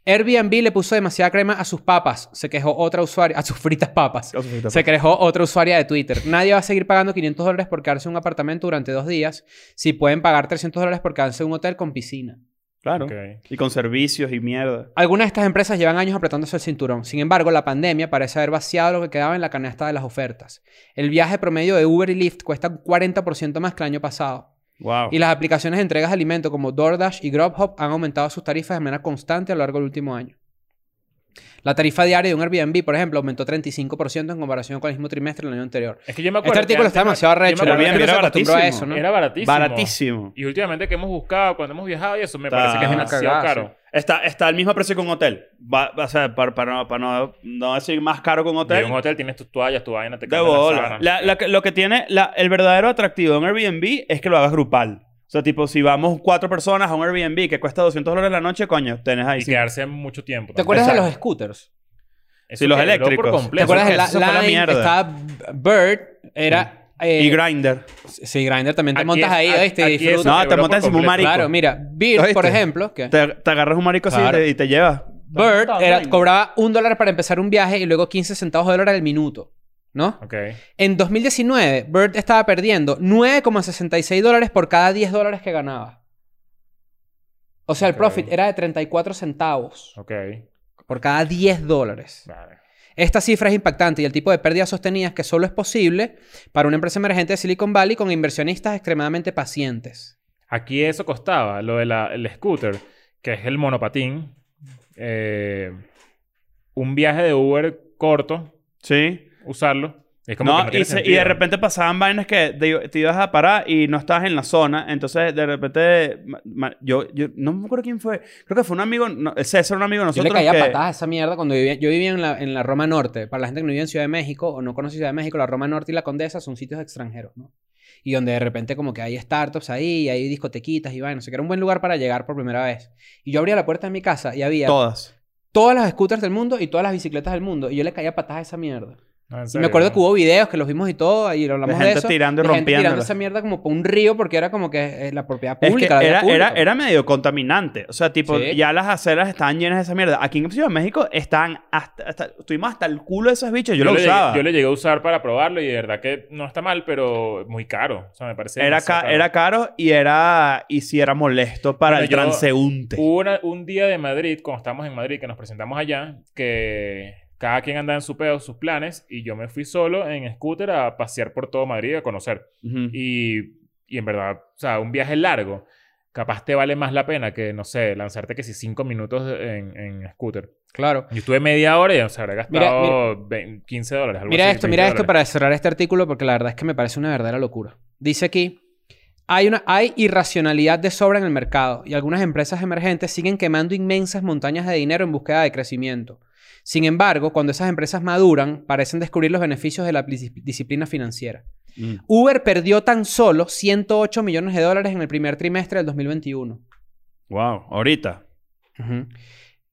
[SPEAKER 4] Airbnb le puso demasiada crema a sus papas, se quejó otra usuaria, a sus fritas papas. Se quejó otra usuaria de Twitter. Nadie va a seguir pagando 500 dólares por quedarse en un apartamento durante dos días si pueden pagar 300 dólares por quedarse en un hotel con piscina.
[SPEAKER 3] Claro.
[SPEAKER 2] Ok.
[SPEAKER 3] Y con servicios y mierda.
[SPEAKER 4] Algunas de estas empresas llevan años apretándose el cinturón. Sin embargo, la pandemia parece haber vaciado lo que quedaba en la canasta de las ofertas. El viaje promedio de Uber y Lyft cuesta un 40% más que el año pasado.
[SPEAKER 3] Wow.
[SPEAKER 4] Y las aplicaciones de entregas de alimentos como DoorDash y Grubhub han aumentado sus tarifas de manera constante a lo largo del último año. La tarifa diaria de un Airbnb, por ejemplo, aumentó 35% en comparación con el mismo trimestre del año anterior.
[SPEAKER 2] Es que yo me acuerdo.
[SPEAKER 4] Este artículo
[SPEAKER 2] que
[SPEAKER 4] está
[SPEAKER 2] antes
[SPEAKER 4] demasiado
[SPEAKER 2] yo me
[SPEAKER 4] recho.
[SPEAKER 2] acuerdo
[SPEAKER 4] la
[SPEAKER 2] que
[SPEAKER 4] gente
[SPEAKER 3] era
[SPEAKER 4] se acostumbró a
[SPEAKER 3] baratísimo.
[SPEAKER 4] eso, ¿no?
[SPEAKER 2] Era baratísimo.
[SPEAKER 3] Baratísimo.
[SPEAKER 2] Y últimamente que hemos buscado, cuando hemos viajado y eso, me
[SPEAKER 3] Está-
[SPEAKER 2] parece que es
[SPEAKER 3] Una
[SPEAKER 2] demasiado
[SPEAKER 4] cagada,
[SPEAKER 2] caro.
[SPEAKER 3] Está, está al mismo precio que un hotel. Va- o sea, para, para no, para no- no decir más caro que un
[SPEAKER 2] Y
[SPEAKER 3] hotel.
[SPEAKER 2] en un hotel tienes tus toallas, tu vaina, te
[SPEAKER 3] De
[SPEAKER 2] cambian la
[SPEAKER 3] bola.
[SPEAKER 2] sábana.
[SPEAKER 3] La- la que- lo que tiene la- el verdadero atractivo de un Airbnb es que lo hagas grupal. O sea, tipo, si vamos cuatro personas a un Airbnb que cuesta 200 dólares la noche, coño, tenés ahí.
[SPEAKER 2] Y
[SPEAKER 3] sí.
[SPEAKER 2] quedarse mucho tiempo.
[SPEAKER 4] ¿Te
[SPEAKER 2] también.
[SPEAKER 4] acuerdas de
[SPEAKER 3] Exacto.
[SPEAKER 4] los scooters?
[SPEAKER 2] Eso
[SPEAKER 3] Sí, los
[SPEAKER 2] quebró
[SPEAKER 3] eléctricos.
[SPEAKER 2] Por
[SPEAKER 4] ¿Te
[SPEAKER 2] completo.
[SPEAKER 4] acuerdas de la,
[SPEAKER 3] eso fue la
[SPEAKER 4] Line?
[SPEAKER 3] mierda.
[SPEAKER 4] Estaba Bird, era... eh,
[SPEAKER 3] Y Grindr.
[SPEAKER 4] Sí, Grindr también te
[SPEAKER 2] Aquí
[SPEAKER 4] montas
[SPEAKER 2] es-
[SPEAKER 4] ahí,
[SPEAKER 2] a-
[SPEAKER 4] ¿oíste? Y
[SPEAKER 2] aquí eso
[SPEAKER 4] disfrutas.
[SPEAKER 3] No, te
[SPEAKER 2] quebró
[SPEAKER 3] montas
[SPEAKER 2] por
[SPEAKER 3] en un
[SPEAKER 2] completo.
[SPEAKER 3] marico.
[SPEAKER 4] Claro, mira, Bird,
[SPEAKER 3] ¿Oíste?
[SPEAKER 4] por ejemplo, que
[SPEAKER 3] Te, te agarras un marico así y
[SPEAKER 4] Claro.
[SPEAKER 3] te- y te llevas.
[SPEAKER 4] Bird
[SPEAKER 3] Está
[SPEAKER 4] era-
[SPEAKER 3] bien.
[SPEAKER 4] cobraba un dólar para empezar un viaje y luego 15 centavos de dólar al minuto, ¿no?
[SPEAKER 2] Ok.
[SPEAKER 4] En 2019, Bird estaba perdiendo 9,66 dólares por cada 10 dólares que ganaba. O sea, el
[SPEAKER 2] Ok.
[SPEAKER 4] profit era de 34 centavos
[SPEAKER 2] Ok.
[SPEAKER 4] por cada 10 dólares.
[SPEAKER 2] Vale.
[SPEAKER 4] Esta cifra es impactante y el tipo de pérdidas sostenidas que solo es posible para una empresa emergente de Silicon Valley con inversionistas extremadamente pacientes.
[SPEAKER 2] Aquí eso costaba, lo del scooter, que es el monopatín. eh, un viaje de Uber corto,
[SPEAKER 3] Sí.
[SPEAKER 2] usarlo. Es como que
[SPEAKER 3] No,
[SPEAKER 2] no
[SPEAKER 3] y,
[SPEAKER 2] tiene
[SPEAKER 3] se- y
[SPEAKER 2] sentido.
[SPEAKER 3] de repente pasaban vainas que te, te ibas a parar y no estabas en la zona. Entonces, de repente, ma- ma- yo, yo no me acuerdo quién fue. Creo que fue un amigo, no, César, un amigo de
[SPEAKER 4] Yo
[SPEAKER 3] nosotros.
[SPEAKER 4] le caía
[SPEAKER 3] que-
[SPEAKER 4] patadas a esa mierda cuando vivía. Yo vivía en la, en la Roma Norte. Para la gente que no vivía en Ciudad de México o no conoce Ciudad de México, la Roma Norte y la Condesa son sitios extranjeros, ¿no? Y donde de repente como que hay startups ahí, y hay discotequitas y vainas. no sé que era un buen lugar para llegar por primera vez. Y yo abría la puerta de mi casa y había
[SPEAKER 3] Todas.
[SPEAKER 4] todas las scooters del mundo y todas las bicicletas del mundo. Y yo le caía patadas a esa mierda.
[SPEAKER 2] No, en
[SPEAKER 4] Y
[SPEAKER 2] serio,
[SPEAKER 4] me acuerdo
[SPEAKER 2] ¿no?
[SPEAKER 4] que hubo videos que los vimos y todo, y hablamos
[SPEAKER 3] de
[SPEAKER 4] de
[SPEAKER 3] gente
[SPEAKER 4] eso.
[SPEAKER 3] tirando y
[SPEAKER 4] de gente
[SPEAKER 3] rompiendo.
[SPEAKER 4] tirando esa mierda como por un río porque era como que eh, la propiedad
[SPEAKER 3] Es
[SPEAKER 4] pública. la
[SPEAKER 3] que
[SPEAKER 4] vía
[SPEAKER 3] era, era,
[SPEAKER 4] pública.
[SPEAKER 3] era medio contaminante. O sea, tipo,
[SPEAKER 4] Sí.
[SPEAKER 3] ya las aceras estaban llenas de esa mierda. Aquí en Ciudad de México están hasta, hasta- estuvimos hasta el culo de esos bichos. Yo, lo
[SPEAKER 2] le
[SPEAKER 3] usaba.
[SPEAKER 2] Llegué, yo lo llegué a usar para probarlo y de verdad que no está mal, pero muy caro. O sea, me parece.
[SPEAKER 3] era,
[SPEAKER 2] demasiado
[SPEAKER 3] ca- era caro y era, y sí era molesto para
[SPEAKER 2] Bueno,
[SPEAKER 3] el
[SPEAKER 2] yo-
[SPEAKER 3] transeúnte.
[SPEAKER 2] Hubo una- un día de Madrid, cuando estábamos en Madrid, que nos presentamos allá, que cada quien andaba en su pedo, sus planes, y yo me fui solo en scooter a pasear por todo Madrid a conocer.
[SPEAKER 3] Ujú.
[SPEAKER 2] Y, y en verdad, o sea, un viaje largo, capaz te vale más la pena que, no sé, lanzarte que si cinco minutos en, en scooter.
[SPEAKER 4] Claro.
[SPEAKER 2] Yo estuve media hora y, o sea, habré
[SPEAKER 4] Mira,
[SPEAKER 2] gastado ve- 15 dólares. algo
[SPEAKER 4] Mira
[SPEAKER 2] así,
[SPEAKER 4] esto,
[SPEAKER 2] 20
[SPEAKER 4] mira esto
[SPEAKER 2] dólares.
[SPEAKER 4] para cerrar este artículo porque la verdad es que me parece una verdadera locura. Dice aquí, hay, una, hay irracionalidad de sobra en el mercado y algunas empresas emergentes siguen quemando inmensas montañas de dinero en búsqueda de crecimiento. Sin embargo, cuando esas empresas maduran, parecen descubrir los beneficios de la dis- disciplina financiera.
[SPEAKER 3] Mm.
[SPEAKER 4] Uber perdió tan solo 108 millones de dólares en el primer trimestre del 2021.
[SPEAKER 3] Wow, ahorita.
[SPEAKER 4] Ujú.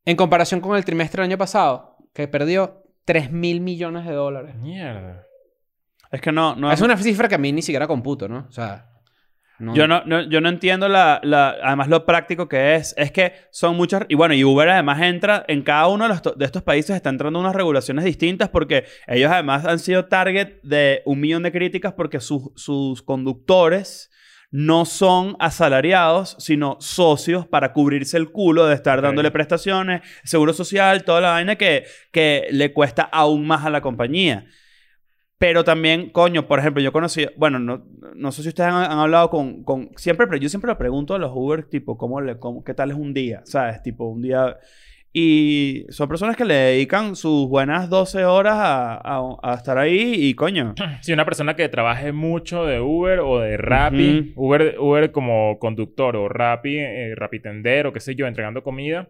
[SPEAKER 4] En comparación con el trimestre del año pasado, que perdió 3 mil millones de dólares.
[SPEAKER 2] Mierda.
[SPEAKER 3] Es que no,
[SPEAKER 2] Ah.
[SPEAKER 3] no
[SPEAKER 4] Es una cifra que a mí ni siquiera computo, ¿no? O sea, no-
[SPEAKER 3] Yo no, no- yo no entiendo la, la- además lo práctico que es. Es que son muchas... Y bueno, y Uber además entra... En cada uno de, los to- de estos países está entrando unas regulaciones distintas porque ellos además han sido target de un millón de críticas porque sus, sus conductores no son asalariados, sino socios para cubrirse el culo de estar
[SPEAKER 2] Ok.
[SPEAKER 3] dándole prestaciones, seguro social, toda la vaina que, que le cuesta aún más a la compañía. Pero también, coño, por ejemplo, yo conocí, bueno, no, no sé si ustedes han, han hablado con, con, siempre, pero yo siempre le pregunto a los Uber, tipo, ¿cómo le, cómo, ¿qué tal es un día? ¿Sabes? Tipo, un día... Y son personas que le dedican sus buenas 12 horas a, a- a estar ahí y, coño,
[SPEAKER 2] Si una persona que trabaje mucho de Uber o de Rappi, Uber, Uber como conductor o Rappi, eh, Rapitender o qué sé yo, entregando comida,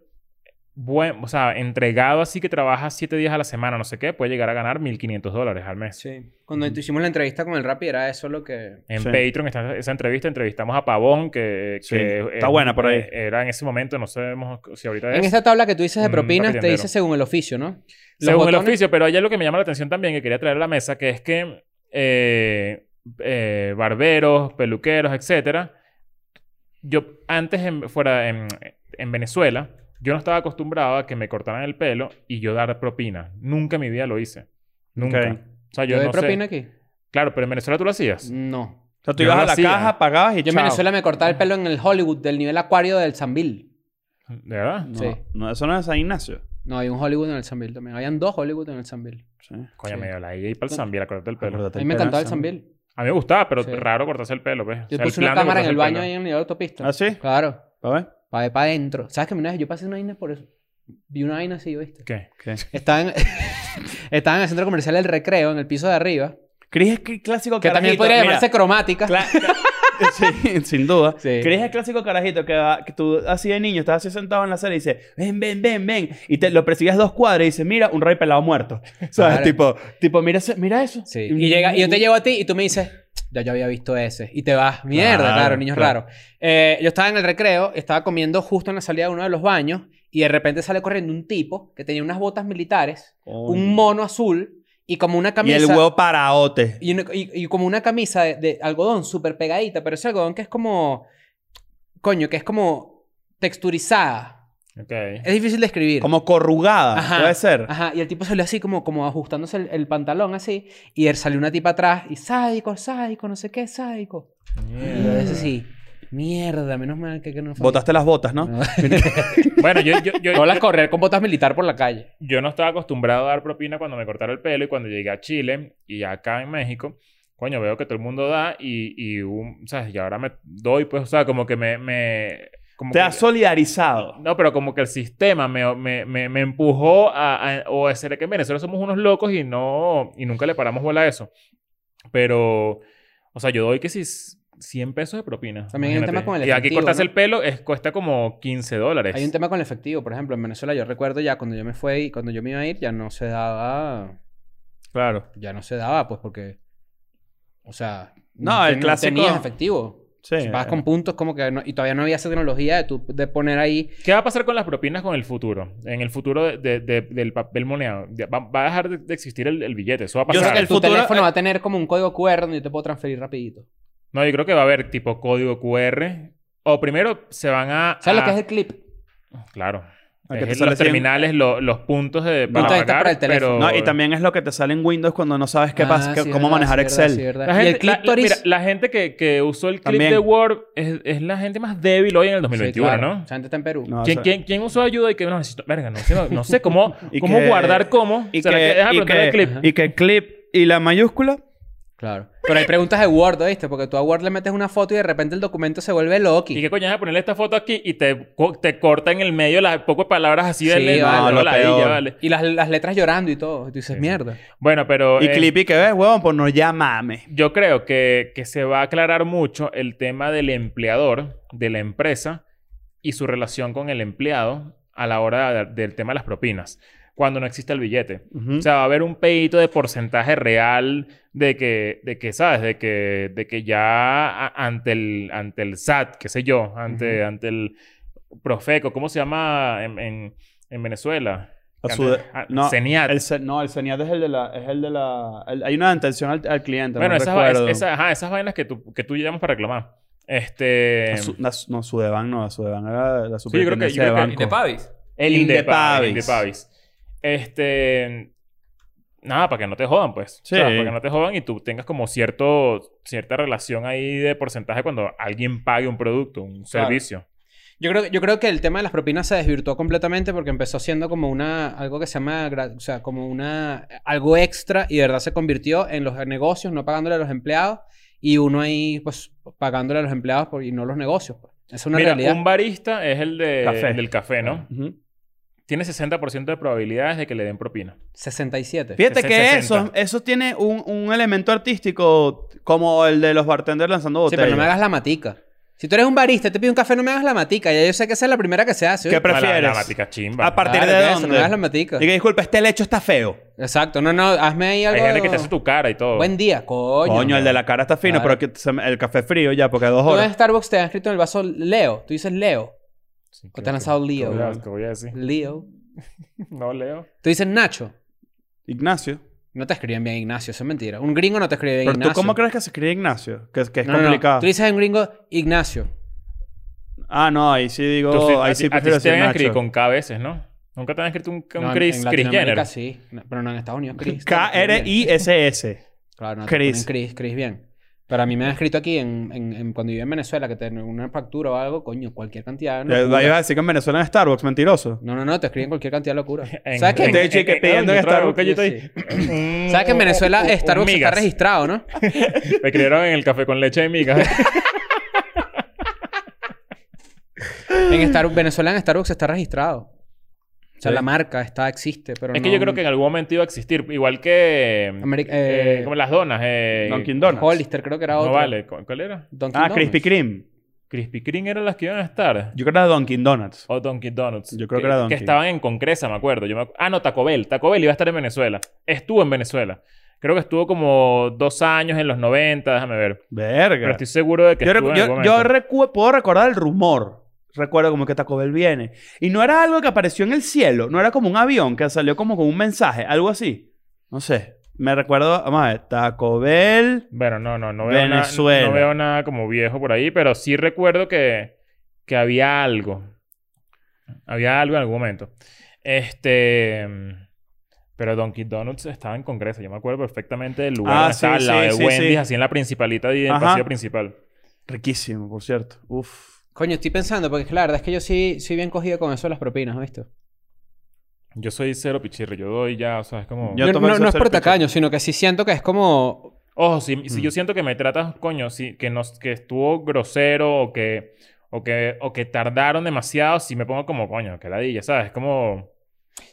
[SPEAKER 2] buen, o sea, entregado así que trabaja siete días a la semana, no sé qué, puede llegar a ganar 1.500 dólares al mes.
[SPEAKER 4] Sí. Cuando hicimos la entrevista con el Rappi era eso lo que...
[SPEAKER 2] En
[SPEAKER 3] Sí.
[SPEAKER 2] Patreon está esa entrevista, entrevistamos a Pavón, que,
[SPEAKER 3] Sí,
[SPEAKER 2] que eh,
[SPEAKER 3] está buena por ahí.
[SPEAKER 2] Era en ese momento, no sabemos si ahorita es.
[SPEAKER 4] En esta tabla que tú dices de
[SPEAKER 2] Mm,
[SPEAKER 4] propinas te
[SPEAKER 2] rapidendero.
[SPEAKER 4] dice según el oficio, ¿no? Los
[SPEAKER 2] Según el
[SPEAKER 4] botones-
[SPEAKER 2] oficio, pero hay algo que me llama la atención también que quería traer a la mesa, que es que eh, eh, barberos, peluqueros, etcétera. Yo antes en- fuera en, en Venezuela, yo no estaba acostumbrado a que me cortaran el pelo y yo dar propina. Nunca en mi vida lo hice. Nunca.
[SPEAKER 3] Ok.
[SPEAKER 2] O sea, yo,
[SPEAKER 4] ¿Yo doy
[SPEAKER 2] no sé.
[SPEAKER 4] propina aquí?
[SPEAKER 2] Claro, pero en Venezuela tú lo hacías.
[SPEAKER 4] No.
[SPEAKER 3] o sea, tú
[SPEAKER 2] Yo
[SPEAKER 3] ibas
[SPEAKER 2] no
[SPEAKER 3] a la
[SPEAKER 2] hacía.
[SPEAKER 3] caja, pagabas y
[SPEAKER 4] Yo en
[SPEAKER 3] chao.
[SPEAKER 4] Venezuela me cortaba el pelo en el Hollywood del nivel acuario del Zambil. Mm.
[SPEAKER 2] ¿De verdad?
[SPEAKER 3] No,
[SPEAKER 4] Sí.
[SPEAKER 3] no, eso no es San Ignacio.
[SPEAKER 4] No, hay un Hollywood en el Sanville también. Habían dos Hollywood en el Sanville.
[SPEAKER 3] Sí.
[SPEAKER 2] Coño,
[SPEAKER 4] Sí.
[SPEAKER 2] me dio la idea y para el Zambiel a cortarte el pelo.
[SPEAKER 4] A mí me encantaba el Sanville.
[SPEAKER 2] A mí me gustaba, pero
[SPEAKER 4] Sí.
[SPEAKER 2] raro cortarse el pelo, pues. O
[SPEAKER 4] Yo
[SPEAKER 2] sea, el
[SPEAKER 4] puse una
[SPEAKER 2] plan de
[SPEAKER 4] cámara en el
[SPEAKER 2] cortarse
[SPEAKER 4] baño ahí
[SPEAKER 2] pelo.
[SPEAKER 4] en la autopista.
[SPEAKER 3] ¿Ah, sí?
[SPEAKER 4] Claro.
[SPEAKER 3] A ver.
[SPEAKER 4] Para ver para adentro. ¿Sabes que una vez yo pasé una vaina por eso? Vi una vaina así, ¿viste?
[SPEAKER 2] ¿Qué?
[SPEAKER 3] ¿Qué?
[SPEAKER 4] Estaba en, estaba en el centro comercial del recreo, en el piso de arriba.
[SPEAKER 3] Chris es el clásico
[SPEAKER 4] Que también
[SPEAKER 3] carajito,
[SPEAKER 4] podría
[SPEAKER 3] mira,
[SPEAKER 4] llamarse cromática.
[SPEAKER 3] cla- sí, sin duda.
[SPEAKER 4] Sí.
[SPEAKER 3] Chris es el clásico carajito que, va- que tú así de niño estás así sentado en la sala y dices, ven, ven, ven, ven. Y te lo persigues dos cuadras y dices, mira, un rey pelado muerto. ¿Sabes?
[SPEAKER 4] Claro.
[SPEAKER 3] Tipo, tipo mira, ese- mira eso.
[SPEAKER 4] Sí. Y, llega, y yo te llevo a ti y tú me dices, ya yo había visto ese. Y te vas, mierda, claro,
[SPEAKER 3] Claro,
[SPEAKER 4] niños
[SPEAKER 3] claro.
[SPEAKER 4] raros. Eh, yo estaba en el recreo, estaba comiendo justo en la salida de uno de los baños y de repente sale corriendo un tipo que tenía unas botas militares, un mono azul y como una
[SPEAKER 3] Y
[SPEAKER 4] camisa.
[SPEAKER 3] el huevo paraote.
[SPEAKER 4] Y, una- y- y como una camisa de, de algodón súper pegadita, pero ese algodón que es como. Coño, que es como texturizada.
[SPEAKER 2] Ok.
[SPEAKER 4] Es difícil de escribir.
[SPEAKER 3] Como corrugada,
[SPEAKER 4] Ajá,
[SPEAKER 3] puede ser.
[SPEAKER 4] Ajá, y el tipo salió así como, como ajustándose el, el pantalón así. Y él salió una tipa atrás y sádico, sádico, no sé qué, sádico. Y
[SPEAKER 2] Eh.
[SPEAKER 4] yo de ese sí, mierda, menos mal que, que no fue.
[SPEAKER 3] Botaste las botas, ¿no?
[SPEAKER 4] No.
[SPEAKER 2] Bueno, yo, yo, yo,
[SPEAKER 4] Hola, correr con botas militar por la calle.
[SPEAKER 2] yo no estaba acostumbrado a dar propina cuando me cortaron el pelo y cuando llegué a Chile y acá en México, coño, veo que todo el mundo da y, y un, ¿sabes? Y ahora me doy, pues, o sea, como que me... me como
[SPEAKER 3] Te
[SPEAKER 2] que-
[SPEAKER 3] has solidarizado.
[SPEAKER 2] No, pero como que el sistema me, me, me, me empujó a, a- O será que en Venezuela somos unos locos y no... Y nunca le paramos bola a eso. Pero... O sea, yo doy que si... 100 pesos de propina.
[SPEAKER 4] También hay un
[SPEAKER 2] imagínate.
[SPEAKER 4] tema con el
[SPEAKER 2] Y aquí
[SPEAKER 4] efectivo,
[SPEAKER 2] cortarse
[SPEAKER 4] ¿no?
[SPEAKER 2] el pelo es, cuesta como 15 dólares.
[SPEAKER 4] Hay un tema con el efectivo, por ejemplo, en Venezuela yo recuerdo ya cuando yo me fui y cuando yo me iba a ir ya no se daba,
[SPEAKER 3] Claro.
[SPEAKER 4] ya no se daba, pues porque, o sea,
[SPEAKER 3] No, el
[SPEAKER 4] ten-
[SPEAKER 3] clásico-
[SPEAKER 4] tenías efectivo.
[SPEAKER 3] Sí. eh.
[SPEAKER 4] Si pagas con puntos como que no- y todavía no había esa tecnología de, tú- de poner ahí
[SPEAKER 2] ¿Qué va a pasar con las propinas con el futuro? En el futuro de- de- de- del papel moneado. Ya Va, va a dejar de, de existir el, el billete. Eso va a
[SPEAKER 3] Yo
[SPEAKER 2] pasar.
[SPEAKER 3] sé que el
[SPEAKER 4] tu
[SPEAKER 3] futuro-
[SPEAKER 4] teléfono va a tener como un código QR donde yo te puedo transferir rapidito.
[SPEAKER 2] No, yo creo que va a haber tipo código QR. O primero se van a... a-
[SPEAKER 4] ¿Sabes lo que es el clip?
[SPEAKER 2] Claro.
[SPEAKER 3] Ah,
[SPEAKER 2] Es
[SPEAKER 3] que te
[SPEAKER 2] el-
[SPEAKER 3] sale
[SPEAKER 2] los
[SPEAKER 3] cien.
[SPEAKER 2] terminales, lo- los puntos de, para
[SPEAKER 4] te está
[SPEAKER 2] pagar,
[SPEAKER 4] para el teléfono.
[SPEAKER 2] pero...
[SPEAKER 3] No, y también es lo que te sale en Windows cuando no sabes qué pasa,
[SPEAKER 4] Ah,
[SPEAKER 3] qué-
[SPEAKER 4] sí,
[SPEAKER 3] cómo
[SPEAKER 4] verdad,
[SPEAKER 3] manejar
[SPEAKER 4] sí, verdad,
[SPEAKER 3] Excel.
[SPEAKER 4] sí, verdad.
[SPEAKER 2] La
[SPEAKER 4] y
[SPEAKER 2] gente,
[SPEAKER 4] el clip
[SPEAKER 2] la-
[SPEAKER 4] Toris.
[SPEAKER 2] mira, la gente que, que usó el clip
[SPEAKER 3] También.
[SPEAKER 2] de Word es, es la gente más débil hoy en el 2021,
[SPEAKER 4] Sí, claro.
[SPEAKER 2] ¿no?
[SPEAKER 4] Esa gente está en Perú.
[SPEAKER 3] No,
[SPEAKER 2] ¿Quién,
[SPEAKER 3] o sea,
[SPEAKER 2] quién, quién usó ayuda y que no necesito? Verga, no sé, no, no sé cómo,
[SPEAKER 3] Y
[SPEAKER 2] cómo
[SPEAKER 3] que-
[SPEAKER 2] guardar cómo.
[SPEAKER 3] Y que,
[SPEAKER 2] ¿Será que, deja
[SPEAKER 3] y,
[SPEAKER 2] preguntar el
[SPEAKER 3] que,
[SPEAKER 2] clip?
[SPEAKER 3] y que el clip y la mayúscula.
[SPEAKER 4] Claro. Pero hay preguntas de Word, ¿oíste? Porque tú a Word le metes una foto y de repente el documento se vuelve
[SPEAKER 2] ¿Y
[SPEAKER 4] Loki.
[SPEAKER 2] qué coño vas a ponerle esta foto aquí y te, co- te corta en el medio las pocas palabras así de
[SPEAKER 4] Sí,
[SPEAKER 2] le-
[SPEAKER 4] vale,
[SPEAKER 2] de
[SPEAKER 3] lo
[SPEAKER 2] ladilla,
[SPEAKER 3] peor.
[SPEAKER 2] vale.
[SPEAKER 4] Y las, las letras llorando y todo. Y tú dices,
[SPEAKER 2] sí.
[SPEAKER 4] mierda.
[SPEAKER 2] Bueno, pero
[SPEAKER 3] Y
[SPEAKER 2] eh,
[SPEAKER 3] clip y que ves, huevón, pues no llámame.
[SPEAKER 2] yo creo que, que se va a aclarar mucho el tema del empleador, de la empresa y su relación con el empleado a la hora de- del tema de las propinas, cuando no existe el billete.
[SPEAKER 3] Ujú.
[SPEAKER 2] O sea, va a haber un pedito de porcentaje real de que, de que ¿sabes? De que, de que ya a- ante el, ante el SAT, qué sé yo, ante, ante el Profeco, ¿cómo se llama en, en, en Venezuela?
[SPEAKER 3] A su-
[SPEAKER 2] Ante-
[SPEAKER 3] no,
[SPEAKER 2] CENIAT.
[SPEAKER 3] El ce- no, el CENIAT es el de la... Es el de la el- hay una atención al, al cliente,
[SPEAKER 2] bueno,
[SPEAKER 3] no
[SPEAKER 2] esas, va-
[SPEAKER 3] recuerdo.
[SPEAKER 2] es- esas- ajá, esas vainas que tú, que tú llamas para reclamar. Este...
[SPEAKER 3] A su- la su- no, Sudeban no, Sudeban
[SPEAKER 2] creo que- yo
[SPEAKER 3] era la
[SPEAKER 2] creo que-
[SPEAKER 3] superintendencia de
[SPEAKER 2] y
[SPEAKER 5] ¿Y
[SPEAKER 3] banco.
[SPEAKER 5] de Pavis?
[SPEAKER 3] el
[SPEAKER 2] Indepavis.
[SPEAKER 3] Indepavis.
[SPEAKER 2] Indepavis. Este... Nada, para que no te jodan, pues.
[SPEAKER 3] Sí.
[SPEAKER 2] O sea, para que no te jodan y tú tengas como cierto, cierta relación ahí de porcentaje cuando alguien pague un producto, un
[SPEAKER 4] Claro.
[SPEAKER 2] servicio.
[SPEAKER 4] Yo creo, yo creo que el tema de las propinas se desvirtuó completamente porque empezó siendo como una... Algo que se llama... gra- O sea, como una... Algo extra y de verdad se convirtió en los negocios no pagándole a los empleados y uno ahí, pues, pagándole a los empleados por- y no los negocios. pues. Esa es una
[SPEAKER 2] Mira,
[SPEAKER 4] realidad.
[SPEAKER 2] un barista es el, de,
[SPEAKER 3] Café.
[SPEAKER 2] el del café, ¿no?
[SPEAKER 3] Ujú.
[SPEAKER 2] Tiene 60% de probabilidades de que le den propina.
[SPEAKER 4] 67.
[SPEAKER 3] Fíjate
[SPEAKER 2] Ese
[SPEAKER 3] que
[SPEAKER 2] 60.
[SPEAKER 3] eso, eso tiene un, un elemento artístico como el de los bartenders lanzando
[SPEAKER 4] Sí,
[SPEAKER 3] botellas.
[SPEAKER 4] pero no me hagas la matica. Si tú eres un barista y te pido un café, no me hagas la matica. Ya yo sé que esa es la primera que se hace.
[SPEAKER 3] ¿Qué
[SPEAKER 4] ¿oíste?
[SPEAKER 3] prefieres?
[SPEAKER 2] La, la matica chimba.
[SPEAKER 3] A partir
[SPEAKER 4] Claro,
[SPEAKER 3] de
[SPEAKER 4] que eso, No
[SPEAKER 3] dónde.
[SPEAKER 4] me hagas la matica.
[SPEAKER 3] Y que disculpa, este lecho está feo.
[SPEAKER 4] Exacto. No, no. Hazme
[SPEAKER 2] Hay
[SPEAKER 4] ahí algo.
[SPEAKER 2] gente que te hace tu cara y todo.
[SPEAKER 4] Buen día. Coño.
[SPEAKER 3] Coño, el de la cara está fino,
[SPEAKER 4] Claro.
[SPEAKER 3] pero que se me- el café frío ya, porque dos
[SPEAKER 4] Tú en
[SPEAKER 3] horas.
[SPEAKER 4] Starbucks te han escrito en el vaso Leo. Tú dices Leo.
[SPEAKER 2] Sí,
[SPEAKER 4] O
[SPEAKER 2] creo
[SPEAKER 4] te han
[SPEAKER 2] que-
[SPEAKER 4] lanzado
[SPEAKER 2] ¿Qué
[SPEAKER 4] Leo.
[SPEAKER 2] voy a- qué voy a decir?
[SPEAKER 4] Leo.
[SPEAKER 2] No, Leo.
[SPEAKER 4] Tú dices Nacho.
[SPEAKER 3] Ignacio.
[SPEAKER 4] No te escriben bien Ignacio. Eso es mentira. Un gringo no te escribe bien
[SPEAKER 3] Pero
[SPEAKER 4] Ignacio.
[SPEAKER 3] tú, ¿cómo crees que se escribe Ignacio? Que, que es
[SPEAKER 4] No, no, no.
[SPEAKER 3] complicado.
[SPEAKER 4] Tú dices a un gringo Ignacio.
[SPEAKER 3] Ah, no, ahí sí digo.
[SPEAKER 2] Entonces,
[SPEAKER 3] ahí
[SPEAKER 2] a,
[SPEAKER 3] sí
[SPEAKER 2] ti- a ti
[SPEAKER 3] prefiero
[SPEAKER 2] te
[SPEAKER 3] decir
[SPEAKER 2] van a
[SPEAKER 3] Nacho.
[SPEAKER 2] escribir con K veces, ¿no? Nunca te han escrito un, un
[SPEAKER 4] No, en-
[SPEAKER 2] Chris,
[SPEAKER 4] en
[SPEAKER 2] Chris Jenner.
[SPEAKER 4] Latinoamérica sí. No, Pero no en Estados Unidos. Chris. te lo escriben bien.
[SPEAKER 3] K-R-I-S-S.
[SPEAKER 4] Claro, no,
[SPEAKER 3] Chris.
[SPEAKER 4] Chris. Chris, Chris, bien. Pero a mí me han escrito aquí, en, en- en- cuando vivía en Venezuela, que tenía una factura o algo, coño, cualquier cantidad. de
[SPEAKER 3] Ya
[SPEAKER 4] locura.
[SPEAKER 3] ibas a decir que en Venezuela en Starbucks, mentiroso.
[SPEAKER 4] No, no, no, te escriben cualquier cantidad de locura.
[SPEAKER 2] En-
[SPEAKER 4] ¿Sabes
[SPEAKER 2] en-
[SPEAKER 4] que,
[SPEAKER 3] Te eché que
[SPEAKER 2] en- en-
[SPEAKER 3] pidiendo
[SPEAKER 2] yo
[SPEAKER 3] en
[SPEAKER 2] traigo
[SPEAKER 3] Starbucks.
[SPEAKER 2] que yo estoy-
[SPEAKER 4] ¿sabes que en Venezuela
[SPEAKER 2] Un- un- un
[SPEAKER 4] Starbucks está
[SPEAKER 2] migas.
[SPEAKER 4] registrado, no?
[SPEAKER 2] Me criaron en el café con leche de migas.
[SPEAKER 4] En Starbucks, Venezuela en Starbucks está registrado. O sea,
[SPEAKER 3] Sí.
[SPEAKER 4] la marca está, existe, pero
[SPEAKER 2] es
[SPEAKER 4] no...
[SPEAKER 2] que yo creo que en algún momento iba a existir. Igual que...
[SPEAKER 4] Ameri-
[SPEAKER 2] eh,
[SPEAKER 4] eh,
[SPEAKER 2] como las donas. Eh,
[SPEAKER 3] Dunkin' Donuts.
[SPEAKER 4] Hollister creo que era
[SPEAKER 2] no
[SPEAKER 4] otro.
[SPEAKER 2] vale. ¿Cu- ¿Cuál era?
[SPEAKER 4] Dunkin'
[SPEAKER 3] Ah,
[SPEAKER 4] Donuts.
[SPEAKER 3] Krispy Kreme.
[SPEAKER 2] Krispy Kreme eran las que iban a estar.
[SPEAKER 3] Yo creo que era Dunkin' Donuts.
[SPEAKER 2] O Dunkin' Donuts.
[SPEAKER 3] Yo creo que era Dunkin'.
[SPEAKER 2] Que estaban en Concresa, me acuerdo. Yo me acu- Ah, no, Taco Bell. Taco Bell iba a estar en Venezuela. Estuvo en Venezuela. Creo que estuvo como dos años en los 90, déjame ver. Pero
[SPEAKER 3] Verga.
[SPEAKER 2] estoy seguro de que
[SPEAKER 3] Yo,
[SPEAKER 2] estuvo
[SPEAKER 3] recu-
[SPEAKER 2] en
[SPEAKER 3] yo,
[SPEAKER 2] algún
[SPEAKER 3] yo
[SPEAKER 2] momento.
[SPEAKER 3] recu- puedo recordar el rumor. Recuerdo como que Taco Bell viene. Y no era algo que apareció en el cielo. No era como un avión que salió como con un mensaje. Algo así. No sé. Me recuerdo... Vamos a ver. Taco Bell...
[SPEAKER 2] Bueno, no, no, no veo, nada-
[SPEAKER 3] Venezuela.
[SPEAKER 2] no veo nada como viejo por ahí, pero sí recuerdo que, que había algo. Había algo en algún momento. Este. Pero Dunkin' Donuts estaba en Congreso. Yo me acuerdo perfectamente del lugar
[SPEAKER 3] Ah,
[SPEAKER 2] donde
[SPEAKER 3] sí,
[SPEAKER 2] estaba al lado
[SPEAKER 3] sí,
[SPEAKER 2] de
[SPEAKER 3] sí,
[SPEAKER 2] Wendy's,
[SPEAKER 3] sí.
[SPEAKER 2] así en la principalita y en el
[SPEAKER 3] Ajá.
[SPEAKER 2] pasillo principal.
[SPEAKER 3] Riquísimo, por cierto. Uf.
[SPEAKER 4] Coño, estoy pensando, porque la verdad es que yo sí soy bien cogido con eso de las propinas, ¿viste?
[SPEAKER 2] Yo soy cero pichirre. Yo doy ya, o sea, es como.
[SPEAKER 3] Yo
[SPEAKER 4] No,
[SPEAKER 3] tomo
[SPEAKER 4] no-
[SPEAKER 3] eso
[SPEAKER 4] no
[SPEAKER 3] de
[SPEAKER 4] es
[SPEAKER 3] ser
[SPEAKER 4] por
[SPEAKER 3] pichón.
[SPEAKER 4] tacaño, sino que sí siento que es como...
[SPEAKER 2] Ojo, si, si
[SPEAKER 3] Mm.
[SPEAKER 2] yo siento que me tratas, coño, si, que, nos, que estuvo grosero o que, o, que, o que tardaron demasiado, si me pongo como, coño, que ladilla, ¿sabes? Es como.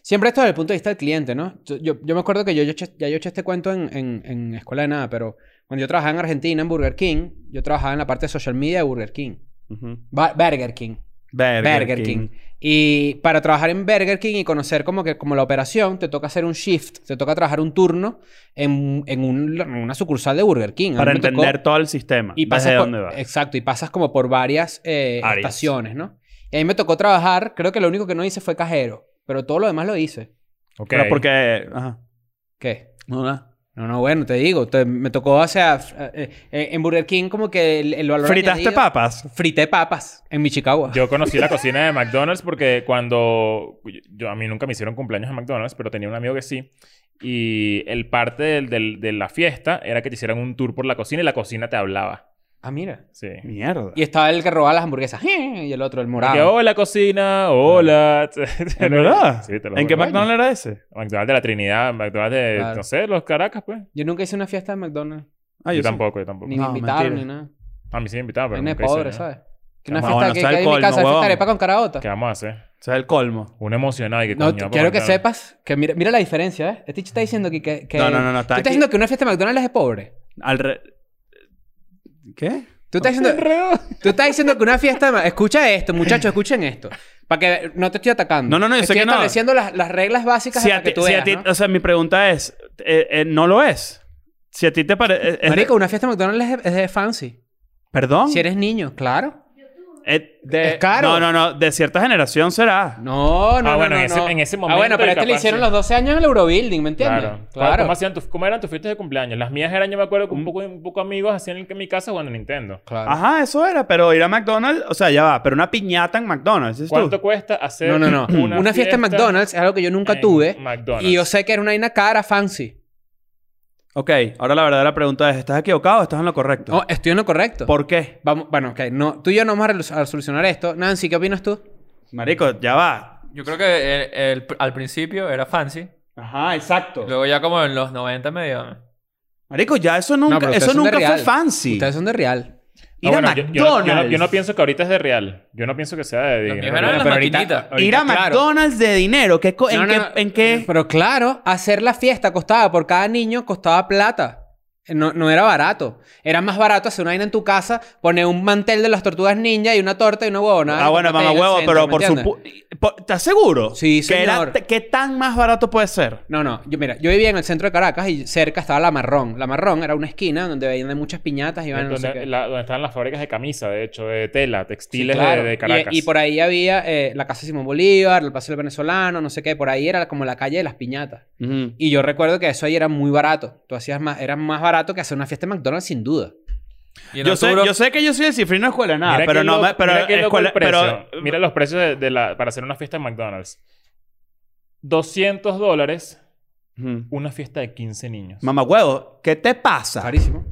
[SPEAKER 4] Siempre esto desde el punto de vista del cliente, ¿no? Yo, yo, yo me acuerdo que yo, yo eché- ya yo eché este cuento en, en, en Escuela de Nada, pero cuando yo trabajaba en Argentina, en Burger King, yo trabajaba en la parte de social media de Burger King.
[SPEAKER 3] Ujú.
[SPEAKER 4] Ba- Burger King.
[SPEAKER 3] Burger,
[SPEAKER 4] Burger
[SPEAKER 3] King.
[SPEAKER 4] King. Y para trabajar en Burger King y conocer como que como la operación, te toca hacer un shift, te toca trabajar un turno en, en un- en una sucursal de Burger King. A mí
[SPEAKER 3] Para
[SPEAKER 4] me tocó-
[SPEAKER 3] entender todo el sistema.
[SPEAKER 4] y pasas
[SPEAKER 3] desde
[SPEAKER 4] por-
[SPEAKER 3] dónde va.
[SPEAKER 4] Exacto, y pasas como por varias eh,
[SPEAKER 3] Áreas.
[SPEAKER 4] estaciones, ¿no? Y a mí me tocó trabajar, creo que lo único que no hice fue cajero, pero todo lo demás lo hice.
[SPEAKER 2] ok.
[SPEAKER 3] Pero porque... Ajá.
[SPEAKER 4] ¿Qué?
[SPEAKER 3] No, nada.
[SPEAKER 4] No, no, bueno, te digo, te- me tocó, o sea, f- eh, eh, en Burger King como que el, el valor
[SPEAKER 3] ¿Fritaste
[SPEAKER 4] añadido-
[SPEAKER 3] este papas?
[SPEAKER 4] Frité papas en Michicawa.
[SPEAKER 2] Yo conocí la cocina de McDonald's porque cuando... Yo, a mí nunca me hicieron cumpleaños en McDonald's, pero tenía un amigo que sí. Y el parte del- del- de la fiesta era que te hicieran un tour por la cocina y la cocina te hablaba.
[SPEAKER 4] Ah, mira.
[SPEAKER 2] Sí.
[SPEAKER 3] Mierda.
[SPEAKER 4] Y estaba el que robaba las hamburguesas. Y el otro, el
[SPEAKER 2] Que,
[SPEAKER 4] morado.
[SPEAKER 2] hola, cocina, hola.
[SPEAKER 3] ¿En verdad?
[SPEAKER 2] Sí, te lo
[SPEAKER 3] ¿En qué
[SPEAKER 2] juro.
[SPEAKER 3] McDonald's era ese?
[SPEAKER 2] McDonald's de la Trinidad, McDonald's de,
[SPEAKER 4] Claro.
[SPEAKER 2] no sé, los Caracas, pues.
[SPEAKER 4] Yo nunca hice una fiesta de McDonald's.
[SPEAKER 3] Ah,
[SPEAKER 2] yo
[SPEAKER 3] sí.
[SPEAKER 2] tampoco, yo tampoco.
[SPEAKER 4] Ni
[SPEAKER 3] No,
[SPEAKER 4] me invitaron,
[SPEAKER 3] mentira.
[SPEAKER 4] ni nada.
[SPEAKER 2] A mí sí me invitaban, pero
[SPEAKER 4] Vaina de
[SPEAKER 2] nunca hice
[SPEAKER 4] pobre,
[SPEAKER 2] nada.
[SPEAKER 4] ¿sabes? Que una
[SPEAKER 3] Ah,
[SPEAKER 4] fiesta
[SPEAKER 3] bueno, está
[SPEAKER 4] que, que
[SPEAKER 3] el
[SPEAKER 4] hay en mi
[SPEAKER 3] colmo,
[SPEAKER 4] casa, una fiesta de
[SPEAKER 3] huevón.
[SPEAKER 4] arepa con caraota.
[SPEAKER 2] ¿Qué vamos a hacer?
[SPEAKER 3] O sea, el colmo.
[SPEAKER 2] Un emocional que
[SPEAKER 4] No,
[SPEAKER 2] coño,
[SPEAKER 4] quiero que
[SPEAKER 2] McDonald's.
[SPEAKER 4] sepas que mira, mira la diferencia, ¿eh? Este chico está diciendo que... que, que-
[SPEAKER 3] No, no, no, no, está
[SPEAKER 4] Tú estás
[SPEAKER 3] aquí.
[SPEAKER 4] diciendo que una fiesta de McDonald's es de pobre.
[SPEAKER 3] Al re- ¿Qué?
[SPEAKER 4] Tú estás diciendo... Tú estás diciendo que una fiesta... de ma- Escucha esto, muchachos, escuchen esto. Para que... No te estoy atacando.
[SPEAKER 3] No, no, no, yo sé
[SPEAKER 4] estoy
[SPEAKER 3] que no.
[SPEAKER 4] estableciendo las, las reglas básicas
[SPEAKER 3] Si
[SPEAKER 4] para
[SPEAKER 3] a ti,
[SPEAKER 4] que tú
[SPEAKER 3] si a
[SPEAKER 4] veas,
[SPEAKER 3] ti- eh,
[SPEAKER 4] ¿no?
[SPEAKER 3] O sea, mi pregunta es, eh, eh, ¿no lo es? Si a ti te parece...
[SPEAKER 4] Marico, una fiesta de McDonald's es de, es de fancy.
[SPEAKER 3] ¿Perdón?
[SPEAKER 4] Si eres niño, claro.
[SPEAKER 3] Eh, de-
[SPEAKER 4] es caro.
[SPEAKER 3] No, no, no. De cierta generación será.
[SPEAKER 4] No, no,
[SPEAKER 2] Ah,
[SPEAKER 4] no,
[SPEAKER 2] bueno,
[SPEAKER 4] no,
[SPEAKER 2] en ese-
[SPEAKER 4] no.
[SPEAKER 2] en ese
[SPEAKER 4] Ah,
[SPEAKER 2] momento
[SPEAKER 4] bueno, pero
[SPEAKER 2] y
[SPEAKER 4] este lo
[SPEAKER 2] capaz
[SPEAKER 4] hicieron
[SPEAKER 2] sí.
[SPEAKER 4] los 12 años en el Eurobuilding, ¿me entiendes?
[SPEAKER 2] Claro.
[SPEAKER 4] claro.
[SPEAKER 2] ¿Cómo, hacían tus- cómo eran tus fiestas de cumpleaños? Las mías eran, yo me acuerdo, que un
[SPEAKER 3] Mm.
[SPEAKER 2] poco, un poco amigos hacían en mi casa jugando a Nintendo.
[SPEAKER 4] Claro.
[SPEAKER 3] Ajá, eso era. Pero ir a McDonald's... O sea, ya va. Pero una piñata en McDonald's. ¿dices tú?
[SPEAKER 2] ¿Cuánto cuesta hacer
[SPEAKER 4] No, no, no. Una, fiesta en McDonald's es algo que yo nunca
[SPEAKER 2] en
[SPEAKER 4] tuve.
[SPEAKER 2] McDonald's? Ah,
[SPEAKER 4] Y yo sé que era una vaina cara fancy.
[SPEAKER 3] Ok. Ahora la verdadera pregunta es, ¿estás equivocado o estás en lo correcto?
[SPEAKER 4] No, Oh, estoy en lo correcto.
[SPEAKER 3] ¿Por qué?
[SPEAKER 4] Vamos, bueno, ok. No, tú y yo no vamos a relu- a solucionar esto. Nancy, ¿qué opinas tú?
[SPEAKER 3] Marico, ya va.
[SPEAKER 5] Yo creo que el- el- al principio era fancy.
[SPEAKER 3] Ajá, exacto.
[SPEAKER 5] Luego ya como en los 90 medio...
[SPEAKER 3] Marico, ya eso nunca,
[SPEAKER 4] pero ustedes
[SPEAKER 3] eso
[SPEAKER 4] son de
[SPEAKER 3] nunca fue
[SPEAKER 4] real.
[SPEAKER 3] fancy.
[SPEAKER 4] Ustedes son de real.
[SPEAKER 2] Ah,
[SPEAKER 3] Ir a
[SPEAKER 2] bueno, yo- yo no- yo no- Yo, no,
[SPEAKER 3] McDonald's.
[SPEAKER 2] pienso que ahorita es de real. Yo no pienso que sea de...
[SPEAKER 5] Los míos
[SPEAKER 2] de-
[SPEAKER 5] eran
[SPEAKER 2] de-
[SPEAKER 5] las
[SPEAKER 4] pero ahorita-
[SPEAKER 5] maquinitas.
[SPEAKER 4] ahorita,
[SPEAKER 3] ir a
[SPEAKER 4] claro.
[SPEAKER 3] McDonald's de dinero. ¿Qué co-
[SPEAKER 4] No,
[SPEAKER 3] ¿En
[SPEAKER 4] no,
[SPEAKER 3] qué?
[SPEAKER 4] no.
[SPEAKER 3] en qué-
[SPEAKER 4] Pero claro, hacer la fiesta costaba por cada niño costaba plata. Eh, No, no era barato. Era más barato hacer una vaina en tu casa, poner un mantel de las tortugas ninja y una torta y una huevona.
[SPEAKER 3] ah, bueno, mamá huevo, pero por supuesto. ¿Estás seguro?
[SPEAKER 4] Sí,
[SPEAKER 3] Que era
[SPEAKER 4] señor.
[SPEAKER 3] t- ¿Qué tan más barato puede ser?
[SPEAKER 4] No, no. Yo, mira, yo vivía en el centro de Caracas y cerca estaba La Marrón. La Marrón era una esquina donde veían muchas piñatas y van no
[SPEAKER 2] donde,
[SPEAKER 4] sé qué.
[SPEAKER 2] la- donde estaban las fábricas de camisa, de hecho, de tela,
[SPEAKER 4] Sí,
[SPEAKER 2] textiles de-
[SPEAKER 4] claro.
[SPEAKER 2] de,
[SPEAKER 4] Y- eh,
[SPEAKER 2] Caracas.
[SPEAKER 4] Y, por ahí había eh, la Casa Simón Bolívar, el Paseo del Venezolano, no sé qué. Por ahí era como la calle de las piñatas. Y yo recuerdo que eso ahí era muy barato. Tú hacías más... Era más barato que hacer una fiesta de McDonald's sin duda.
[SPEAKER 5] Y en
[SPEAKER 3] Yo, sé,
[SPEAKER 5] Arturo-
[SPEAKER 3] yo sé que yo soy el cifrino de escuela, de nada.
[SPEAKER 2] Mira
[SPEAKER 3] pero
[SPEAKER 2] qué
[SPEAKER 3] no
[SPEAKER 2] loco-
[SPEAKER 3] me. Pero,
[SPEAKER 2] mira qué loco el
[SPEAKER 3] escuela, pero
[SPEAKER 2] precio. Mira los precios de, de la, para hacer una fiesta en McDonald's. 200 dólares,
[SPEAKER 3] Ujú.
[SPEAKER 2] una fiesta de 15 niños.
[SPEAKER 3] Mamá huevo, ¿qué te pasa?
[SPEAKER 4] Carísimo.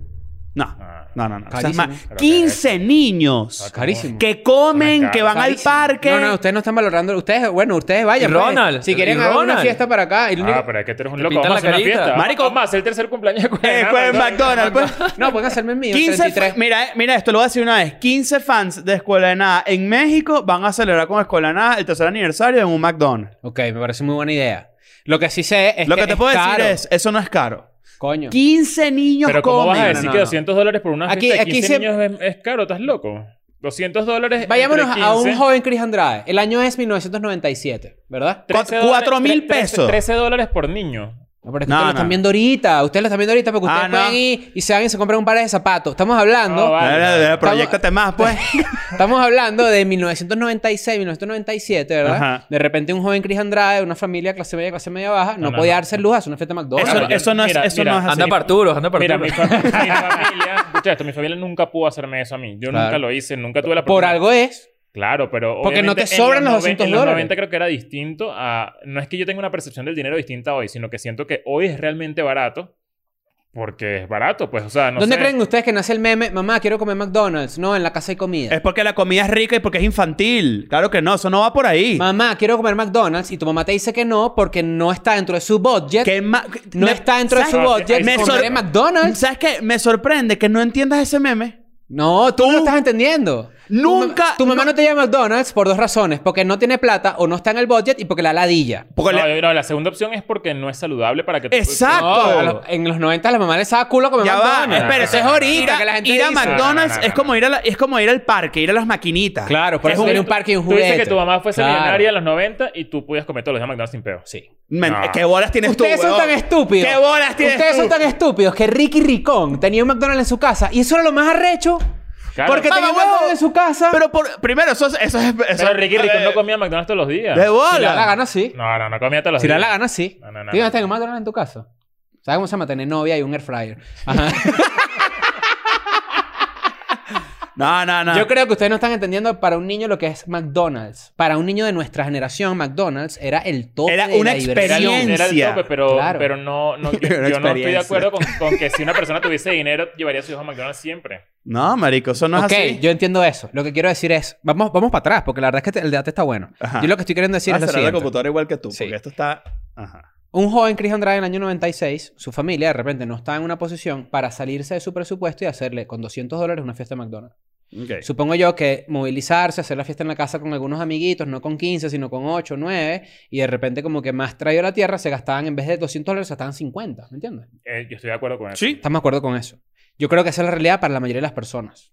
[SPEAKER 3] No,
[SPEAKER 2] Ah,
[SPEAKER 3] no, no. no. O sea, es
[SPEAKER 4] Carísimo.
[SPEAKER 3] más,
[SPEAKER 2] Pero
[SPEAKER 3] 15 niños
[SPEAKER 2] Está
[SPEAKER 4] Carísimo.
[SPEAKER 3] que comen,
[SPEAKER 2] Una
[SPEAKER 3] que van al
[SPEAKER 2] carísimo.
[SPEAKER 3] parque.
[SPEAKER 4] No, no, ustedes no están valorando. Ustedes, bueno, ustedes vayan.
[SPEAKER 5] Y
[SPEAKER 4] pues.
[SPEAKER 5] Ronald,
[SPEAKER 4] Si quieren
[SPEAKER 5] y
[SPEAKER 4] hagan una
[SPEAKER 5] Ronald.
[SPEAKER 4] fiesta para acá. el único-
[SPEAKER 2] Ah, pero es que tú eres un
[SPEAKER 5] Te
[SPEAKER 2] loco.
[SPEAKER 5] pintan
[SPEAKER 2] Vamos a hacer
[SPEAKER 5] la
[SPEAKER 2] una
[SPEAKER 5] carita.
[SPEAKER 2] fiesta.
[SPEAKER 3] Marico.
[SPEAKER 2] Vamos a hacer el tercer cumpleaños de
[SPEAKER 3] Eh,
[SPEAKER 2] Cuenca.
[SPEAKER 3] fue en McDonald's, pues.
[SPEAKER 4] No, pueden hacerme el mío.
[SPEAKER 3] 15 fa-
[SPEAKER 4] 33.
[SPEAKER 3] mira, eh, mira esto, lo voy a decir una vez. 15 fans de Escuela de Nada en México van a celebrar con Escuela de Nada el tercer aniversario en un McDonald's.
[SPEAKER 4] Ok, me parece muy buena idea. Lo que sí sé es
[SPEAKER 3] Lo
[SPEAKER 4] que,
[SPEAKER 3] que te
[SPEAKER 4] es
[SPEAKER 3] puedo
[SPEAKER 4] caro.
[SPEAKER 3] decir es, eso no es caro.
[SPEAKER 4] Coño.
[SPEAKER 3] 15 niños
[SPEAKER 2] Pero ¿cómo
[SPEAKER 3] comen.
[SPEAKER 2] vas a
[SPEAKER 3] No,
[SPEAKER 2] decir
[SPEAKER 3] no,
[SPEAKER 2] que
[SPEAKER 3] no.
[SPEAKER 2] 200 dólares por una
[SPEAKER 4] Aquí-
[SPEAKER 2] fiesta de
[SPEAKER 4] aquí
[SPEAKER 2] 15
[SPEAKER 4] se-
[SPEAKER 2] niños es, es caro? ¿Estás loco? 200 dólares
[SPEAKER 4] Vayámonos
[SPEAKER 2] entre
[SPEAKER 4] a un
[SPEAKER 2] 15,
[SPEAKER 4] joven Chris Andrade. El año es 1997, ¿verdad?
[SPEAKER 2] 13
[SPEAKER 3] Cuatro- cuatro
[SPEAKER 2] dólares-
[SPEAKER 3] mil
[SPEAKER 2] tre- trece-
[SPEAKER 3] pesos.
[SPEAKER 2] 13 dólares por niño.
[SPEAKER 4] No, pero es que
[SPEAKER 3] No,
[SPEAKER 4] ustedes lo
[SPEAKER 3] no.
[SPEAKER 4] están viendo ahorita. Ustedes lo están viendo ahorita porque
[SPEAKER 3] Ah,
[SPEAKER 4] ustedes
[SPEAKER 3] no. Oh,
[SPEAKER 4] pueden ir y se van y se compran un par de zapatos. Estamos hablando...
[SPEAKER 2] No, vale.
[SPEAKER 3] Dale, dale,
[SPEAKER 2] Estamos-
[SPEAKER 3] proyéctate más, pues.
[SPEAKER 4] Estamos hablando de 1996, 1997, ¿verdad?
[SPEAKER 3] Ajá.
[SPEAKER 4] De repente un joven Chris Andrade, una familia clase media, clase media baja, no,
[SPEAKER 2] No, no,
[SPEAKER 4] podía
[SPEAKER 2] no.
[SPEAKER 4] darse el lujo de hacer una fiesta de McDonald's.
[SPEAKER 3] eso,
[SPEAKER 2] Claro,
[SPEAKER 3] eso no es,
[SPEAKER 2] mira,
[SPEAKER 3] eso
[SPEAKER 2] mira,
[SPEAKER 3] no es así.
[SPEAKER 5] Anda para Arturo, anda para
[SPEAKER 2] Mira, mi,
[SPEAKER 5] Arturo.
[SPEAKER 2] fa- mi familia... Escucha esto, mi familia nunca pudo hacerme eso a mí. Yo
[SPEAKER 4] Claro.
[SPEAKER 2] nunca lo hice, nunca tuve la
[SPEAKER 4] Por
[SPEAKER 2] oportunidad.
[SPEAKER 4] algo es.
[SPEAKER 2] Claro, pero.
[SPEAKER 4] Porque no
[SPEAKER 2] obviamente
[SPEAKER 4] te sobran
[SPEAKER 2] en
[SPEAKER 4] los
[SPEAKER 2] noven-
[SPEAKER 4] 200
[SPEAKER 2] En
[SPEAKER 4] dólares.
[SPEAKER 2] los 90 creo que era distinto a. No es que yo tenga una percepción del dinero distinta hoy, sino que siento que hoy es realmente barato. Porque es barato, pues, o sea, no
[SPEAKER 4] ¿Dónde
[SPEAKER 2] sé.
[SPEAKER 4] creen ustedes que nace el meme? Mamá, quiero comer McDonald's. No, en la casa hay comida.
[SPEAKER 3] Es porque la comida es rica y porque es infantil. Claro que no, eso no va por ahí.
[SPEAKER 4] Mamá, quiero comer McDonald's. Y tu mamá te dice que no porque no está dentro de su budget.
[SPEAKER 3] Que ma-
[SPEAKER 4] No
[SPEAKER 3] me-
[SPEAKER 4] está dentro de su ¿eh?
[SPEAKER 3] ¿sabes?
[SPEAKER 2] Ah,
[SPEAKER 4] budget.
[SPEAKER 3] me
[SPEAKER 4] Me
[SPEAKER 3] sor-
[SPEAKER 4] McDonald's.
[SPEAKER 3] ¿Sabes qué? Me sorprende que no entiendas ese meme.
[SPEAKER 4] No, tú, no lo estás entendiendo. Tu
[SPEAKER 3] Nunca-
[SPEAKER 4] ma- Tu, mamá no te lleva a McDonald's por dos razones. Porque no tiene plata o no está en el budget y porque la ladilla.
[SPEAKER 3] Porque
[SPEAKER 2] No,
[SPEAKER 3] le-
[SPEAKER 2] yo- no, la segunda opción es porque no es saludable para que tú-
[SPEAKER 3] Exacto.
[SPEAKER 4] No, a los- en los 90 las mamás les daba culo comer
[SPEAKER 3] ya va,
[SPEAKER 4] McDonald's.
[SPEAKER 3] espérate.
[SPEAKER 4] Eso es
[SPEAKER 3] ir
[SPEAKER 4] ahorita
[SPEAKER 3] a,
[SPEAKER 4] que la gente
[SPEAKER 3] ir a
[SPEAKER 4] dice.
[SPEAKER 3] McDonald's
[SPEAKER 2] No, no, pues. no,
[SPEAKER 3] es como ir a la- es como ir al parque, ir a las maquinitas.
[SPEAKER 4] Claro, por
[SPEAKER 2] Es
[SPEAKER 4] eso
[SPEAKER 2] un-
[SPEAKER 4] tiene un parque y un
[SPEAKER 2] Tú
[SPEAKER 4] juguete.
[SPEAKER 2] dices que tu mamá fuese
[SPEAKER 4] Claro.
[SPEAKER 2] millonaria en los 90 y tú podías comer todos los días McDonald's sin peo.
[SPEAKER 4] Sí.
[SPEAKER 3] Men-
[SPEAKER 2] No.
[SPEAKER 3] ¿Qué bolas tienes tú?
[SPEAKER 4] Ustedes son
[SPEAKER 3] huevón?
[SPEAKER 4] tan estúpidos.
[SPEAKER 3] ¿Qué bolas tienes
[SPEAKER 4] Ustedes
[SPEAKER 3] tú?
[SPEAKER 4] son tan estúpidos que Ricky Ricón tenía un McDonald's en su casa y eso era lo más arrecho.
[SPEAKER 2] Claro.
[SPEAKER 4] Porque
[SPEAKER 3] Mamá,
[SPEAKER 4] tenía un
[SPEAKER 3] Ah, huevo.
[SPEAKER 4] McDonald's en su casa.
[SPEAKER 3] Pero por- primero, eso es. Eso es eso
[SPEAKER 2] Pero Ricky Rico
[SPEAKER 3] eh,
[SPEAKER 2] no comía McDonald's todos los días.
[SPEAKER 3] De
[SPEAKER 4] si le da la
[SPEAKER 3] bola.
[SPEAKER 4] gana, sí.
[SPEAKER 2] No, no, no comía todos los
[SPEAKER 4] si le da
[SPEAKER 2] días.
[SPEAKER 4] la gana, sí.
[SPEAKER 2] No, no, no,
[SPEAKER 4] Tienes
[SPEAKER 2] no.
[SPEAKER 4] tener un McDonald's en tu casa. ¿Sabes cómo se llama? Tener novia y un air fryer. Ajá.
[SPEAKER 3] No, no, no.
[SPEAKER 4] Yo creo que ustedes no están entendiendo para un niño lo que es McDonald's. Para un niño de nuestra generación, MDonald's era el tope
[SPEAKER 3] Era
[SPEAKER 4] de
[SPEAKER 3] una
[SPEAKER 4] la diversión.
[SPEAKER 2] Era el- Era el
[SPEAKER 3] Experiencia.
[SPEAKER 2] tope, pero,
[SPEAKER 4] Claro.
[SPEAKER 2] pero no, no- yo,
[SPEAKER 3] Era
[SPEAKER 2] yo no estoy de
[SPEAKER 3] experiencia.
[SPEAKER 2] acuerdo con, con que si una persona tuviese dinero, llevaría a su hijo a McDonald's siempre.
[SPEAKER 3] No, marico, eso no es
[SPEAKER 4] ok,
[SPEAKER 3] así.
[SPEAKER 4] yo entiendo eso. Lo que quiero decir es, vamos, vamos para atrás, porque la verdad es que te- el debate está bueno.
[SPEAKER 3] Ajá.
[SPEAKER 4] Yo lo que estoy queriendo decir
[SPEAKER 3] Voy a
[SPEAKER 4] es lo
[SPEAKER 3] cerrar la
[SPEAKER 4] siguiente.
[SPEAKER 3] computadora igual que tú,
[SPEAKER 4] Sí.
[SPEAKER 3] porque esto está. Ajá.
[SPEAKER 4] Un joven Chris Andrade en el año 96, su familia de repente no está en una posición para salirse de su presupuesto y hacerle con 200 dólares una fiesta de McDonald's.
[SPEAKER 3] Ok.
[SPEAKER 4] Supongo yo que movilizarse, hacer la fiesta en la casa con algunos amiguitos, no con 15, sino con 8, 9, y de repente como que más traído a la tierra, se gastaban, en vez de 200 dólares, se gastaban 50, ¿me entiendes?
[SPEAKER 2] Eh, yo estoy de acuerdo con eso.
[SPEAKER 3] Sí.
[SPEAKER 4] Estamos de acuerdo con eso. Yo creo que esa es la realidad para la mayoría de las personas.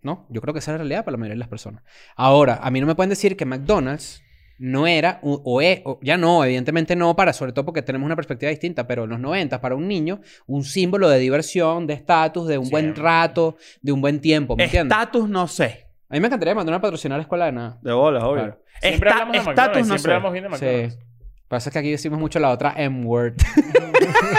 [SPEAKER 4] ¿No? Yo creo que esa es la realidad para la mayoría de las personas. Ahora, a mí no me pueden decir que McDonald's no era, u- o, e- o- ya no, evidentemente no, para, sobre todo porque tenemos una perspectiva distinta, pero en los 90, para un niño, un símbolo de diversión, de estatus, de un buen
[SPEAKER 2] Siempre.
[SPEAKER 4] rato, de un buen tiempo, ¿me entiendes?
[SPEAKER 3] Estatus no sé.
[SPEAKER 4] A mí me encantaría McDonald's patrocinar la escuela de nada.
[SPEAKER 3] De bola, obvio.
[SPEAKER 4] Claro.
[SPEAKER 2] Siempre
[SPEAKER 3] Esta-
[SPEAKER 2] hablamos de
[SPEAKER 3] Estatus
[SPEAKER 2] McDonald's,
[SPEAKER 3] no
[SPEAKER 2] siempre
[SPEAKER 3] sé.
[SPEAKER 2] hablamos bien de McDonald's.
[SPEAKER 4] Sí. Pasa que aquí decimos mucho la otra M-word.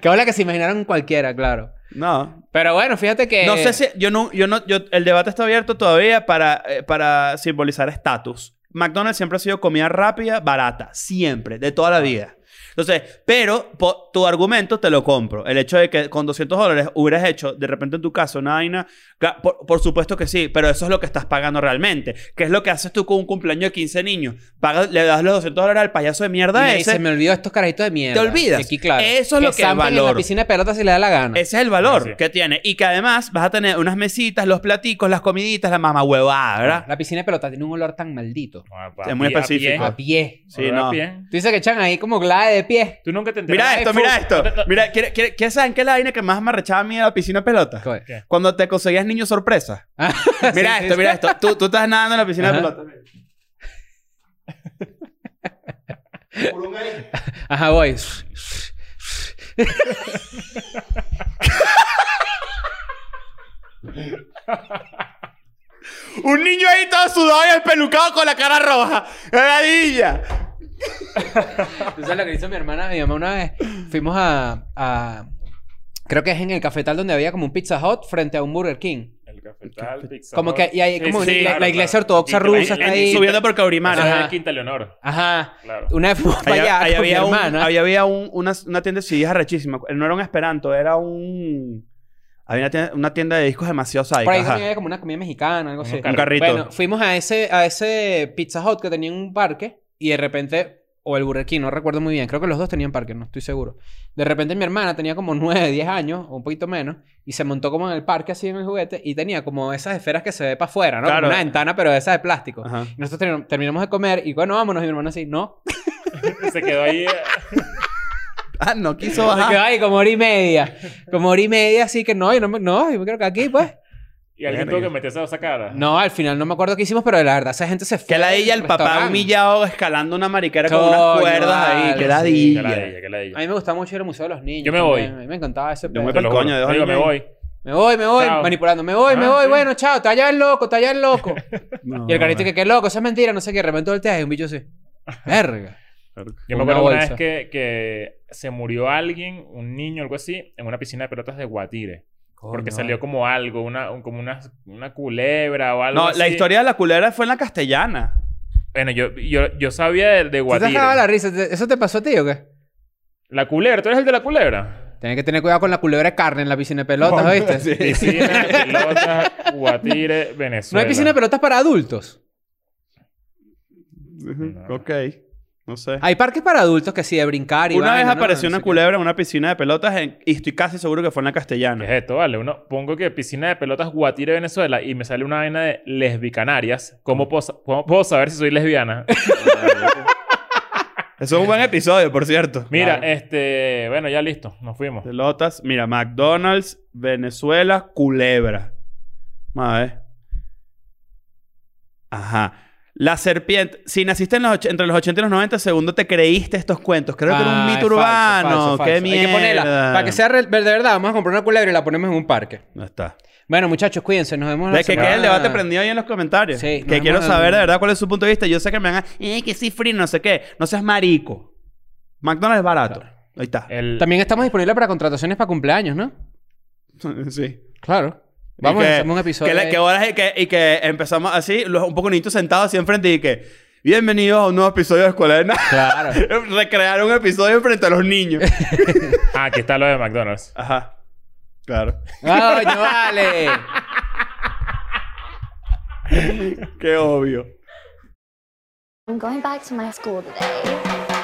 [SPEAKER 4] que habla que se imaginaron cualquiera, claro.
[SPEAKER 3] No.
[SPEAKER 4] Pero bueno, fíjate que...
[SPEAKER 3] No sé si yo no yo no yo el debate está abierto todavía para eh, para simbolizar estatus. McDonald's siempre ha sido comida rápida, barata, siempre, de toda la vida. Entonces, pero po- tu argumento te lo compro. El hecho de que con 200 dólares hubieras hecho de repente en tu caso una vaina, ca- por, por supuesto que sí, pero eso es lo que estás pagando realmente. ¿Qué es lo que haces tú con un cumpleaños de 15 niños? Pagas, le das los 200 dólares al payaso de
[SPEAKER 4] Y
[SPEAKER 3] mierda
[SPEAKER 4] me
[SPEAKER 3] ese.
[SPEAKER 4] dice, me olvidó estos carajitos de mierda.
[SPEAKER 3] Te olvidas.
[SPEAKER 4] Y aquí, claro.
[SPEAKER 3] Eso es lo que
[SPEAKER 4] zampen en la
[SPEAKER 3] valoro.
[SPEAKER 4] piscina de pelota si le da la gana.
[SPEAKER 3] Ese es el valor
[SPEAKER 2] Sí, sí.
[SPEAKER 3] que tiene. Y que además vas a tener unas mesitas, los platicos, las comiditas, la mamá huevada, ¿verdad?
[SPEAKER 4] La piscina de pelota tiene un olor tan maldito.
[SPEAKER 2] Ah,
[SPEAKER 3] Es
[SPEAKER 2] a
[SPEAKER 3] muy
[SPEAKER 2] pie, a
[SPEAKER 3] específico.
[SPEAKER 2] pie.
[SPEAKER 4] A pie.
[SPEAKER 3] Sí,
[SPEAKER 2] Ahora
[SPEAKER 3] no.
[SPEAKER 2] a pie.
[SPEAKER 4] Tú dices que echan ahí como glade de pie.
[SPEAKER 2] Tú nunca te enteraste.
[SPEAKER 3] Mira esto,
[SPEAKER 2] Ay,
[SPEAKER 3] mira
[SPEAKER 2] fu-
[SPEAKER 3] esto.
[SPEAKER 2] no te- no-
[SPEAKER 3] Mira, ¿quiere- quiere- ¿qué saben qué es la vaina que más me arrechaba a mí de la piscina de pelota?
[SPEAKER 4] Coño.
[SPEAKER 3] Cuando te conseguías niño sorpresa.
[SPEAKER 4] Ah,
[SPEAKER 3] Mira
[SPEAKER 4] sí,
[SPEAKER 3] esto,
[SPEAKER 4] sí,
[SPEAKER 3] mira
[SPEAKER 4] sí.
[SPEAKER 3] esto. Tú, tú estás nadando en la piscina de
[SPEAKER 4] Ajá.
[SPEAKER 3] pelota.
[SPEAKER 4] Ajá, voy.
[SPEAKER 3] Un niño ahí todo sudado y pelucado con la cara roja. ¡Heladilla!
[SPEAKER 4] Tú sabes lo que hizo mi hermana, mi mamá una vez. Fuimos a, a- Creo que es en el cafetal donde había como un Pizza Hut frente a un Burger King.
[SPEAKER 2] El cafetal, pizza.
[SPEAKER 4] Como
[SPEAKER 2] Hut.
[SPEAKER 4] que- y hay
[SPEAKER 2] Sí,
[SPEAKER 4] como
[SPEAKER 2] sí,
[SPEAKER 4] una igle-
[SPEAKER 2] claro,
[SPEAKER 4] la iglesia
[SPEAKER 2] claro.
[SPEAKER 4] ortodoxa
[SPEAKER 2] Y-
[SPEAKER 4] rusa
[SPEAKER 2] y-
[SPEAKER 4] está
[SPEAKER 2] y-
[SPEAKER 4] ahí.
[SPEAKER 3] Subiendo por Caurimar.
[SPEAKER 2] Eso es
[SPEAKER 4] Ajá.
[SPEAKER 2] el Quinta Leonor.
[SPEAKER 4] Ajá.
[SPEAKER 2] Claro.
[SPEAKER 4] Una vez fuimos para allá
[SPEAKER 3] Allá, allá
[SPEAKER 4] con mi
[SPEAKER 3] había, un-
[SPEAKER 4] hermana.
[SPEAKER 3] había- había un- una, una tienda de CDs arrechísima. No era un esperanto, era un... Había una tienda, una tienda de discos demasiado
[SPEAKER 4] Por ahí
[SPEAKER 3] sádica.
[SPEAKER 4] también
[SPEAKER 3] ajá.
[SPEAKER 4] había como una comida mexicana, algo
[SPEAKER 2] Unos
[SPEAKER 4] así.
[SPEAKER 2] carritos.
[SPEAKER 3] Un carrito.
[SPEAKER 4] Bueno, fuimos a ese, a ese Pizza Hut que tenía un parque y de repente, o el Burger King, no recuerdo muy bien, creo que los dos tenían parque, no estoy seguro. De repente mi hermana tenía como 9, 10 años, o un poquito menos, y se montó como en el parque así en el juguete y tenía como esas esferas que se ve para afuera, ¿no? Como
[SPEAKER 3] Claro.
[SPEAKER 4] una ventana, pero de esas de plástico.
[SPEAKER 3] Ajá.
[SPEAKER 4] Y Nosotros terminamos- terminamos de comer y bueno, vámonos. Y mi hermana así, no.
[SPEAKER 2] Se quedó ahí. eh,
[SPEAKER 3] Ah, no quiso
[SPEAKER 4] Se quedó
[SPEAKER 3] bajar.
[SPEAKER 4] ahí como hora y media. Como hora y media así que no, yo no, me- no, yo me creo que aquí pues.
[SPEAKER 2] Y alguien
[SPEAKER 3] Verga.
[SPEAKER 2] tuvo que meterse a esa cara.
[SPEAKER 4] No, al final no me acuerdo qué hicimos, pero la verdad esa gente se fue.
[SPEAKER 3] Que la ella,
[SPEAKER 4] del
[SPEAKER 3] el papá
[SPEAKER 4] restaurante.
[SPEAKER 3] humillado escalando una mariquera con
[SPEAKER 4] Coño,
[SPEAKER 3] unas cuerdas ahí.
[SPEAKER 4] vale,
[SPEAKER 3] Que
[SPEAKER 4] sí.
[SPEAKER 2] Que
[SPEAKER 3] ladilla.
[SPEAKER 2] la de ella, que la de ella.
[SPEAKER 4] A mí me gustaba mucho ir al Museo de los Niños.
[SPEAKER 2] Yo me
[SPEAKER 4] también.
[SPEAKER 2] voy.
[SPEAKER 4] A mí me encantaba ese
[SPEAKER 3] Yo me
[SPEAKER 4] pedo.
[SPEAKER 2] Te lo
[SPEAKER 3] Coño,
[SPEAKER 2] juro.
[SPEAKER 3] de dos
[SPEAKER 2] Digo,
[SPEAKER 3] años
[SPEAKER 2] me
[SPEAKER 3] y
[SPEAKER 2] voy.
[SPEAKER 4] Me voy, me voy,
[SPEAKER 2] Chao.
[SPEAKER 4] manipulándome, me voy, me
[SPEAKER 2] Ah,
[SPEAKER 4] voy,
[SPEAKER 2] sí.
[SPEAKER 4] bueno, chao, te hallas el loco, te hallas el loco.
[SPEAKER 3] No,
[SPEAKER 4] y el carito
[SPEAKER 3] vale.
[SPEAKER 4] que qué loco, eso es mentira, no sé qué, de repente volteas y un bicho así. Verga.
[SPEAKER 2] Yo me
[SPEAKER 4] Una
[SPEAKER 2] acuerdo una vez
[SPEAKER 4] bolsa.
[SPEAKER 2] que, que se murió alguien, un niño o algo así, en una piscina de pelotas de Guatire. Porque
[SPEAKER 4] Coño,
[SPEAKER 2] salió
[SPEAKER 4] vale.
[SPEAKER 2] como algo, una, un- como una, una culebra o algo
[SPEAKER 3] No,
[SPEAKER 2] así.
[SPEAKER 3] la historia de la culera fue en la castellana.
[SPEAKER 2] Bueno, yo, yo, yo sabía de, de
[SPEAKER 4] ¿Tú te has
[SPEAKER 2] Guatire.
[SPEAKER 4] cagado la
[SPEAKER 2] La...
[SPEAKER 4] risa? ¿Te- ¿Eso te pasó a ti o qué?
[SPEAKER 2] culebra, ¿tú eres el de la culebra?
[SPEAKER 4] Tienes que tener cuidado con la culebra de carne en la piscina de pelotas,
[SPEAKER 3] Coño,
[SPEAKER 4] ¿oíste?
[SPEAKER 3] sí.
[SPEAKER 2] Piscina, de pelotas, Guatire, Venezuela.
[SPEAKER 4] No hay piscina de pelotas para adultos.
[SPEAKER 2] No.
[SPEAKER 3] Ok. No sé.
[SPEAKER 4] Hay parques para adultos que sí, de brincar y
[SPEAKER 3] Una vez
[SPEAKER 4] vaina, ¿no?
[SPEAKER 3] apareció
[SPEAKER 4] No
[SPEAKER 3] una
[SPEAKER 4] sé qué.
[SPEAKER 3] culebra en una piscina de pelotas en- y estoy casi seguro que fue en la
[SPEAKER 2] ¿Qué
[SPEAKER 3] castellana.
[SPEAKER 2] es esto? Vale, uno pongo que piscina de pelotas Guatire, Venezuela y me sale una vaina de lesbicanarias.
[SPEAKER 4] Mm.
[SPEAKER 2] ¿Cómo puedo, sa- cómo puedo saber si soy lesbiana?
[SPEAKER 3] Eso es un buen episodio, por cierto.
[SPEAKER 2] Mira,
[SPEAKER 4] Claro.
[SPEAKER 2] este... Bueno, ya listo. Nos fuimos.
[SPEAKER 3] Pelotas. Mira, McDonald's, Venezuela, culebra. Madre. Ajá. La serpiente. Si naciste en los och- entre los 80 y los 90, segundo te creíste estos cuentos. Creo que era un
[SPEAKER 4] Ah, es
[SPEAKER 3] mito
[SPEAKER 4] falso,
[SPEAKER 3] urbano.
[SPEAKER 4] falso, falso.
[SPEAKER 3] ¡Qué mierda!
[SPEAKER 4] Hay que ponerla. Para que sea re- de verdad, vamos a comprar una culebra y la ponemos en un parque.
[SPEAKER 3] No está.
[SPEAKER 4] Bueno, muchachos, cuídense. Nos vemos la
[SPEAKER 3] De que
[SPEAKER 4] semana-
[SPEAKER 3] quede el debate prendido ahí en los comentarios.
[SPEAKER 4] Sí, nos
[SPEAKER 3] que quiero
[SPEAKER 4] vemos en-
[SPEAKER 3] saber de verdad cuál es su punto de vista. Yo sé que me van a... Eh, que sí, free, no sé qué. No seas marico. McDonald's es barato. Ahí está.
[SPEAKER 2] El,
[SPEAKER 4] También estamos disponibles para contrataciones para cumpleaños, ¿no?
[SPEAKER 3] sí.
[SPEAKER 4] Claro. Vamos
[SPEAKER 3] Y
[SPEAKER 4] a
[SPEAKER 3] que-
[SPEAKER 4] hacer un episodio.
[SPEAKER 3] Que, la-
[SPEAKER 4] ahí.
[SPEAKER 3] que horas y que, y que empezamos así, los, un poco niñitos sentados así enfrente y que... Bienvenidos a un nuevo episodio de Escuela de Nada.
[SPEAKER 4] Claro.
[SPEAKER 3] Recrear un episodio frente a los niños.
[SPEAKER 2] Ah, aquí está lo de McDonald's.
[SPEAKER 3] Ajá. Claro.
[SPEAKER 4] ¡Coño, vale!
[SPEAKER 3] Qué obvio.
[SPEAKER 1] I'm going back to my school today.